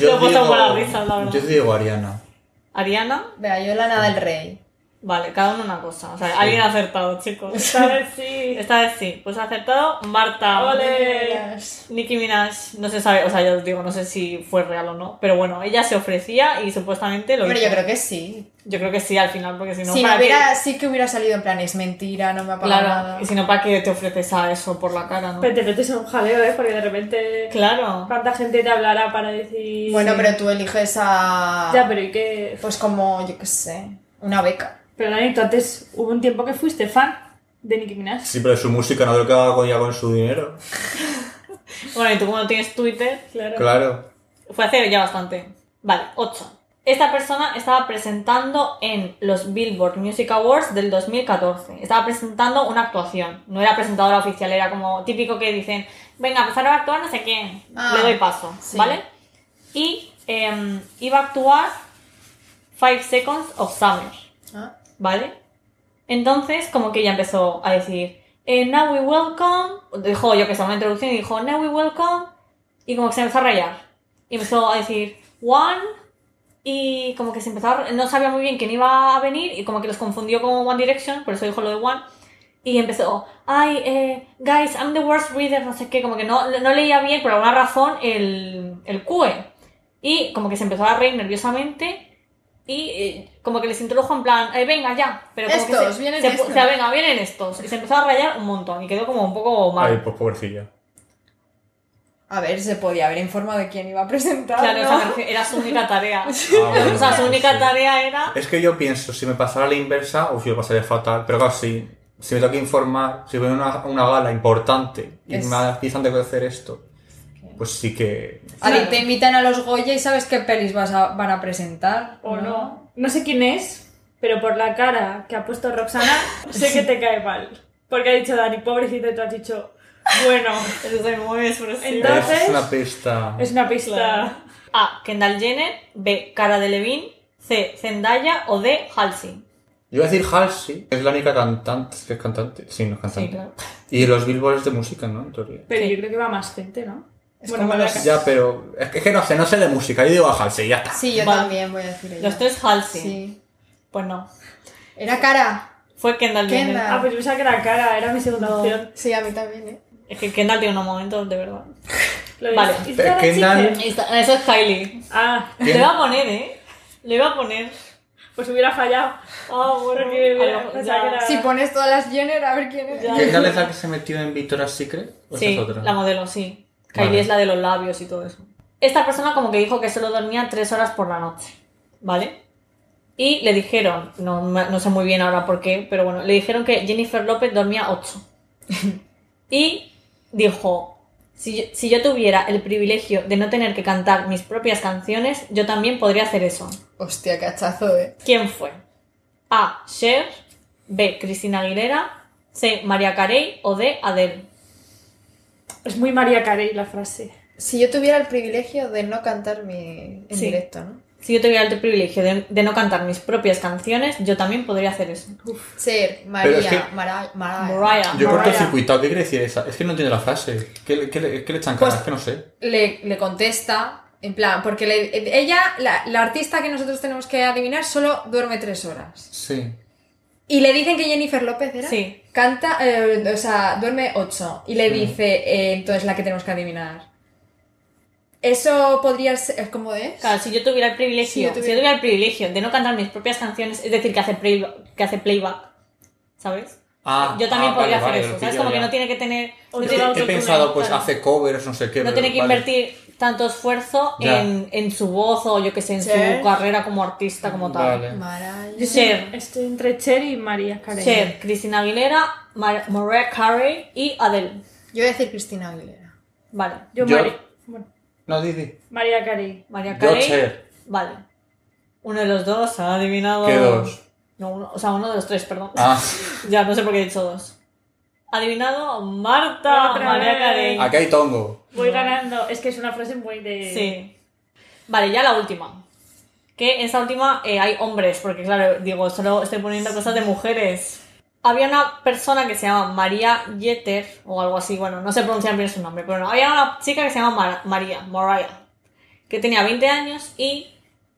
Speaker 2: Lo he puesto por la risa, la verdad.
Speaker 4: Yo digo Ariana.
Speaker 2: Ariana,
Speaker 5: Vea, yo Lana del Rey.
Speaker 2: vale, cada uno una cosa. O sea, alguien ha acertado, chicos.
Speaker 3: ¿Sabes? Sí.
Speaker 2: Esta vez sí, pues ha acertado Marta.
Speaker 3: Ole.
Speaker 5: Nicki Minaj.
Speaker 2: Nicki Minaj, no se sabe, o sea, yo os digo, no sé si fue real o no, pero bueno, ella se ofrecía y supuestamente lo
Speaker 5: Hombre,
Speaker 2: hizo.
Speaker 5: yo creo que sí.
Speaker 2: Yo creo que sí al final, porque si no,
Speaker 5: si me
Speaker 2: ¿para qué?
Speaker 5: hubiera, sí que hubiera salido en plan, es mentira, no me ha pagado
Speaker 2: Claro,
Speaker 5: nada.
Speaker 2: y si no, ¿para qué te ofreces a eso por la cara, no?
Speaker 3: Pero te metes en un jaleo, ¿eh? Porque de repente.
Speaker 2: Claro.
Speaker 3: ¿Cuánta gente te hablará para decir.
Speaker 5: Bueno, pero tú eliges a.
Speaker 3: Ya, pero ¿y qué?
Speaker 5: Pues como, yo qué sé, una beca.
Speaker 3: Pero Dani, tú antes hubo un tiempo que fuiste fan de Nicki Minaj.
Speaker 4: Sí, pero su música no lo que hago ya con su dinero.
Speaker 2: Bueno, y tú como no tienes Twitter,
Speaker 3: Claro.
Speaker 4: Claro.
Speaker 2: fue hace ya bastante. Vale, 8. Esta persona estaba presentando en los Billboard Music Awards del 2014. Estaba presentando una actuación. No era presentadora oficial, era como típico que dicen, venga, empezar a actuar no sé quién.
Speaker 5: Ah,
Speaker 2: Le doy paso,
Speaker 5: sí.
Speaker 2: ¿vale? Y em, iba a actuar Five Seconds of Summer.
Speaker 5: ¿Ah?
Speaker 2: ¿vale? Entonces, como que ella empezó a decir, eh, now we welcome, dijo yo que estaba una introducción y dijo, now we welcome, y como que se empezó a rayar. Y empezó a decir, one, y como que se empezó a, no sabía muy bien quién iba a venir, y como que los confundió con One Direction, por eso dijo lo de one. Y empezó, ay, eh, guys, I'm the worst reader, no sé qué, como que no, no leía bien por alguna razón el, el QE. Y como que se empezó a reír nerviosamente y eh, como que les introdujo en plan, eh, venga ya, pero como que
Speaker 5: Estos,
Speaker 2: se,
Speaker 5: vienen
Speaker 2: se-
Speaker 5: estos.
Speaker 2: o sea, venga, vienen estos. Y se empezó a rayar un montón y quedó como un poco mal.
Speaker 4: Ay, pues pobrecilla.
Speaker 5: A ver, se podía haber informado de quién iba a presentar.
Speaker 2: claro, o sea, me
Speaker 5: ¿no?
Speaker 2: refiero- era su única tarea.
Speaker 4: Ah, bueno,
Speaker 2: o sea, su única
Speaker 4: sí.
Speaker 2: tarea era...
Speaker 4: Es que yo pienso, si me pasara la inversa, o yo lo pasaría fatal, pero claro, sí. Si me tengo que informar, si voy a una, una gala importante y
Speaker 5: Es-
Speaker 4: me avisan de que hacer esto, pues sí que.
Speaker 5: A ver,
Speaker 2: Claro.
Speaker 5: te invitan a los Goya y sabes qué pelis vas a- van a presentar.
Speaker 3: O no. No sé quién es, pero por la cara que ha puesto Roxana, sé que te cae mal. Porque ha dicho Dani, pobrecito, y tú has dicho, bueno,
Speaker 2: Eso soy muy expresiva.
Speaker 3: Entonces-
Speaker 4: Es una pista.
Speaker 3: es una pista.
Speaker 2: Claro. A. Kendall Jenner. B. Cara de Levine. C. Zendaya. O D. Halsey.
Speaker 4: Yo iba a decir Halsey, que es la única cantante. ¿Es que es cantante? Sí, no es cantante.
Speaker 2: Sí, claro.
Speaker 4: Y los billboards de música, ¿no? En teoría.
Speaker 3: Pero
Speaker 2: Sí.
Speaker 3: yo creo que va más gente, ¿no?
Speaker 5: Es como
Speaker 3: para
Speaker 5: los-
Speaker 3: la ca-
Speaker 4: Ya, pero. Es que, es que no sé, no sé de música. Yo digo a Halsey, ya está.
Speaker 5: Sí, yo
Speaker 2: Vale.
Speaker 5: también voy a decir ella.
Speaker 2: Los tres Halsey.
Speaker 5: Sí.
Speaker 2: Pues no.
Speaker 5: Era cara.
Speaker 2: Fue Kendall, Jenner.
Speaker 5: Kendall.
Speaker 3: Ah, pues yo pensaba que era cara, era mi segunda
Speaker 2: No.
Speaker 3: opción.
Speaker 5: Sí, a mí también, ¿eh?
Speaker 2: Es que Kendall tiene unos momentos de verdad.
Speaker 3: Lo de-
Speaker 2: Vale.
Speaker 3: ¿Is
Speaker 4: Pero
Speaker 3: that a
Speaker 4: Kendall-
Speaker 3: chicken?
Speaker 2: Ahí está. Eso es Kylie.
Speaker 3: Ah,
Speaker 2: Le iba a poner, ¿eh? Le iba a poner.
Speaker 3: pues hubiera fallado.
Speaker 2: Ah, bueno.
Speaker 3: Porque
Speaker 2: a
Speaker 3: hubiera
Speaker 2: lo-
Speaker 3: pensado que
Speaker 2: ya.
Speaker 3: era...
Speaker 5: Si pones todas las Jenner, a ver quién es.
Speaker 2: Ya.
Speaker 4: ¿Kendall es la que se metió en Victoria's Secret? ¿O esa
Speaker 2: Sí,
Speaker 4: es otra?
Speaker 2: la modelo, sí. Kylie
Speaker 4: Vale.
Speaker 2: es la de los labios y todo eso. Esta persona como que dijo que solo dormía tres horas por la noche, ¿vale? Y le dijeron, no, ma- no sé muy bien ahora por qué, pero bueno, le dijeron que Jennifer López dormía ocho. y dijo, si yo, si yo tuviera el privilegio de no tener que cantar mis propias canciones, yo también podría hacer eso.
Speaker 5: Hostia, qué hachazo, ¿eh?
Speaker 2: ¿Quién fue? A. Cher, B. Cristina Aguilera, C. María Carey o D. Adele.
Speaker 3: Es muy María Carey la frase.
Speaker 5: Si yo tuviera el privilegio de no cantar mi... en
Speaker 2: Sí.
Speaker 5: directo, ¿no?
Speaker 2: Si yo tuviera el privilegio de, de no cantar mis propias canciones, yo también podría hacer eso.
Speaker 5: Ser,
Speaker 4: Pero
Speaker 5: María,
Speaker 4: es que-
Speaker 5: Mara- Mara-
Speaker 2: Mariah.
Speaker 4: Yo
Speaker 3: Mariah.
Speaker 4: corto circuitado, ¿qué quiere decir esa? Es que no entiendo la frase. ¿Qué, le- qué le- qué le echan cara?
Speaker 5: Pues-
Speaker 4: es que no sé.
Speaker 5: le, le contesta, en plan, porque le- ella, la, la artista que nosotros tenemos que adivinar, solo duerme tres horas.
Speaker 4: Sí.
Speaker 5: Y le dicen que Jennifer López era.
Speaker 2: Sí. Mm.
Speaker 5: Canta, eh, o sea, duerme 8. Y le dice, eh, entonces la que tenemos que adivinar. Eso podría ser. eh, ¿Cómo es?
Speaker 2: Claro, si yo tuviera el privilegio,
Speaker 5: Si yo tuviera-
Speaker 2: si yo tuviera el privilegio de no cantar mis propias canciones, es decir, que hace, play- que hace playback, ¿sabes?
Speaker 1: Ah,
Speaker 2: yo también
Speaker 1: ah,
Speaker 2: podría
Speaker 1: vale,
Speaker 2: hacer
Speaker 1: vale,
Speaker 2: eso,
Speaker 1: lo
Speaker 2: ¿sabes?
Speaker 1: pillo
Speaker 2: Como que
Speaker 1: ya.
Speaker 2: no tiene que tener... No
Speaker 3: He-
Speaker 2: tiene,
Speaker 1: He
Speaker 3: Autotune,
Speaker 1: pensado, pues
Speaker 2: claro.
Speaker 1: hace covers, no sé qué.
Speaker 2: no
Speaker 1: pero
Speaker 2: tiene que
Speaker 1: vale.
Speaker 2: invertir tanto esfuerzo
Speaker 1: Ya.
Speaker 2: en, en su voz o yo que sé, en
Speaker 5: Sí.
Speaker 2: su carrera como artista, como tal.
Speaker 1: Vale.
Speaker 5: Mariah.
Speaker 3: Yo
Speaker 2: Cher.
Speaker 3: soy- Estoy entre Cher y María Carey.
Speaker 2: Cher, Cristina Aguilera, Mar- Mariah Carey y Adele.
Speaker 5: Yo voy a decir Cristina Aguilera.
Speaker 2: Vale.
Speaker 3: Yo,
Speaker 1: Yo-
Speaker 3: Mari- bueno,
Speaker 1: No, Didi.
Speaker 3: María Carey.
Speaker 2: Mariah
Speaker 1: Yo,
Speaker 2: Carey.
Speaker 1: Cher.
Speaker 2: Vale. Uno de los dos ha adivinado.
Speaker 1: ¿Qué dos?
Speaker 2: No, uno- o sea, uno de los tres, perdón.
Speaker 1: Ah,
Speaker 2: Ya, no sé por qué he dicho dos. Ha adivinado Marta
Speaker 3: Otra
Speaker 2: Mariah
Speaker 3: vez.
Speaker 2: Carey.
Speaker 1: aquí hay tongo.
Speaker 3: Voy ganando. Es que es una frase muy de.
Speaker 2: Sí. Vale, ya la última. Que en esta última eh, hay hombres, porque claro, digo, solo estoy poniendo cosas de mujeres. Había una persona que se llama María Yeter, o algo así, bueno, no sé pronunciar bien su nombre, pero no. Había una chica que se llama Mar- María, Mariah, que tenía 20 años y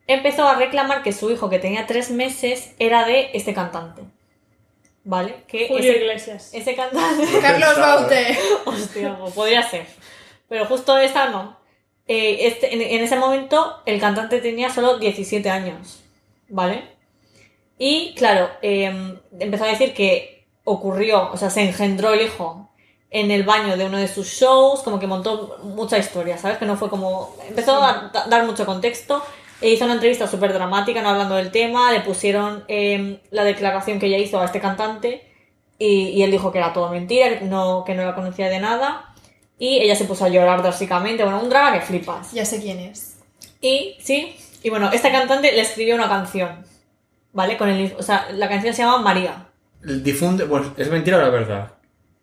Speaker 2: empezó a reclamar que su hijo, que tenía 3 meses, era de este cantante. ¿Vale? Que
Speaker 3: Julio
Speaker 2: ese,
Speaker 3: Iglesias.
Speaker 2: ese cantante.
Speaker 5: Carlos
Speaker 4: pensado,
Speaker 5: Baute.
Speaker 2: Hostia, pues podría ser. Pero justo esta no. Eh, este- en, en ese momento el cantante tenía solo 17 años, ¿vale? Y claro, eh, empezó a decir que ocurrió, o sea, se engendró el hijo en el baño de uno de sus shows, como que montó mucha historia, ¿sabes? Que no fue como... Empezó a da- dar mucho contexto e hizo una entrevista súper dramática, no hablando del tema, le pusieron eh, la declaración que ella hizo a este cantante y, y él dijo que era todo mentira, que no, que no la conocía de nada. Y ella se puso a llorar drásticamente. Bueno, un drama que flipas.
Speaker 5: Ya sé quién es.
Speaker 2: Y sí, y bueno, esta cantante le escribió una canción. ¿Vale? Con el, o sea, la canción se llama María.
Speaker 1: El Difunde, pues es mentira o la verdad.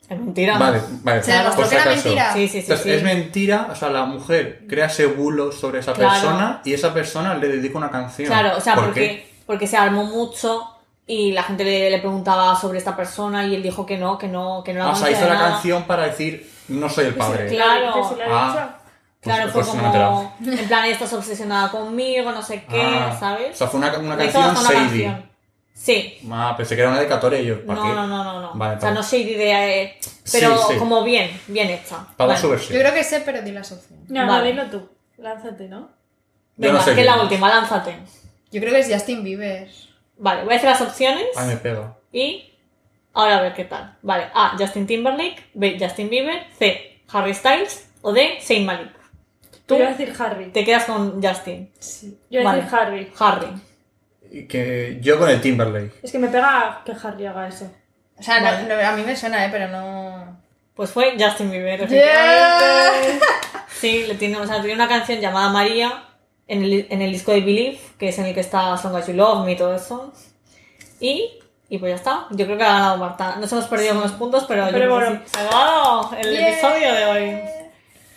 Speaker 2: Es mentira.
Speaker 1: Vale, vale.
Speaker 5: Se demostró
Speaker 1: por si
Speaker 5: que era
Speaker 1: acaso.
Speaker 5: mentira.
Speaker 2: Sí, sí, sí.
Speaker 4: Entonces,
Speaker 2: sí.
Speaker 4: es mentira, o sea, la mujer crea ese bulo sobre esa
Speaker 2: Claro.
Speaker 4: persona y esa persona le dedica una canción.
Speaker 2: Claro, o sea,
Speaker 4: ¿Por
Speaker 2: porque, porque se armó mucho y la gente le, le preguntaba sobre esta persona y él dijo que no, que no, que no la
Speaker 4: Ah, O sea,
Speaker 2: conocía
Speaker 4: hizo
Speaker 2: de
Speaker 4: la
Speaker 2: nada.
Speaker 4: canción para decir, no soy el padre.
Speaker 2: Claro.
Speaker 3: ¿Que se la ha dicho?
Speaker 4: Ah. Pues-
Speaker 2: Claro, fue
Speaker 4: pues no me
Speaker 2: como, en plan, estás obsesionada conmigo, no sé qué,
Speaker 4: Ah,
Speaker 2: ¿sabes?
Speaker 4: O sea, fue una, una
Speaker 2: Le hizo hasta
Speaker 4: canción
Speaker 2: una
Speaker 4: shady.
Speaker 2: canción. Sí,
Speaker 4: Ah, pensé que era una dedicatoria y yo, ¿para
Speaker 2: No,
Speaker 4: qué?
Speaker 2: no, no, no, no.
Speaker 4: Vale,
Speaker 2: o sea,
Speaker 4: vale.
Speaker 2: no soy de idea, eh, pero
Speaker 4: Sí, sí.
Speaker 2: como bien, bien hecha. Vale.
Speaker 4: Para dar su
Speaker 5: Yo
Speaker 4: versión.
Speaker 5: creo que sé, pero di las opciones.
Speaker 3: No,
Speaker 2: Vale.
Speaker 3: no, dilo tú. Lánzate, ¿no?
Speaker 2: Venga,
Speaker 4: Yo no sé
Speaker 2: que es
Speaker 4: quién
Speaker 2: la
Speaker 4: es.
Speaker 2: última, lánzate.
Speaker 5: Yo creo que es Justin Bieber.
Speaker 2: Vale, voy a hacer las opciones
Speaker 4: Ay, me pega.
Speaker 2: y ahora a ver qué tal. Vale, A, Justin Timberlake, B, Justin Bieber, C, Harry Styles o D, Saint Malik. Tú
Speaker 3: Tú. Yo iba a decir Harry.
Speaker 2: te quedas con Justin.
Speaker 3: Sí. Yo iba a
Speaker 2: Vale.
Speaker 3: decir Harry.
Speaker 2: Harry.
Speaker 4: Y Que yo con el Timberlake.
Speaker 3: Es que me pega que Harry haga eso.
Speaker 5: O sea, no-
Speaker 2: Vale.
Speaker 5: no- a mí me suena, ¿eh? Pero no...
Speaker 2: Pues fue Justin Bieber.
Speaker 5: Yeah.
Speaker 2: Sí, le tiene, o sea, tiene una canción llamada María en el, en el disco de Believe, que es en el que está Song As You Love Me y todo eso. Y, y pues ya está. Yo creo que ha ganado Marta. Nos hemos perdido unos puntos, pero, yo
Speaker 3: Pero
Speaker 2: creo que
Speaker 3: bueno.
Speaker 2: sí. Se ha ganado el
Speaker 5: Yeah.
Speaker 2: episodio de hoy.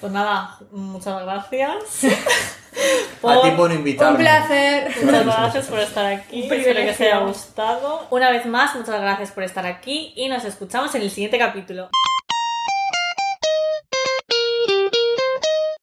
Speaker 2: Pues nada, muchas gracias.
Speaker 4: A
Speaker 2: Por-
Speaker 4: ti por
Speaker 5: Un
Speaker 4: invitarme.
Speaker 5: placer.
Speaker 2: Muchas gracias por estar aquí.
Speaker 3: Un
Speaker 2: Espero que os haya
Speaker 3: privilegio.
Speaker 2: gustado. Una vez más, muchas gracias por estar aquí y nos escuchamos en el siguiente capítulo.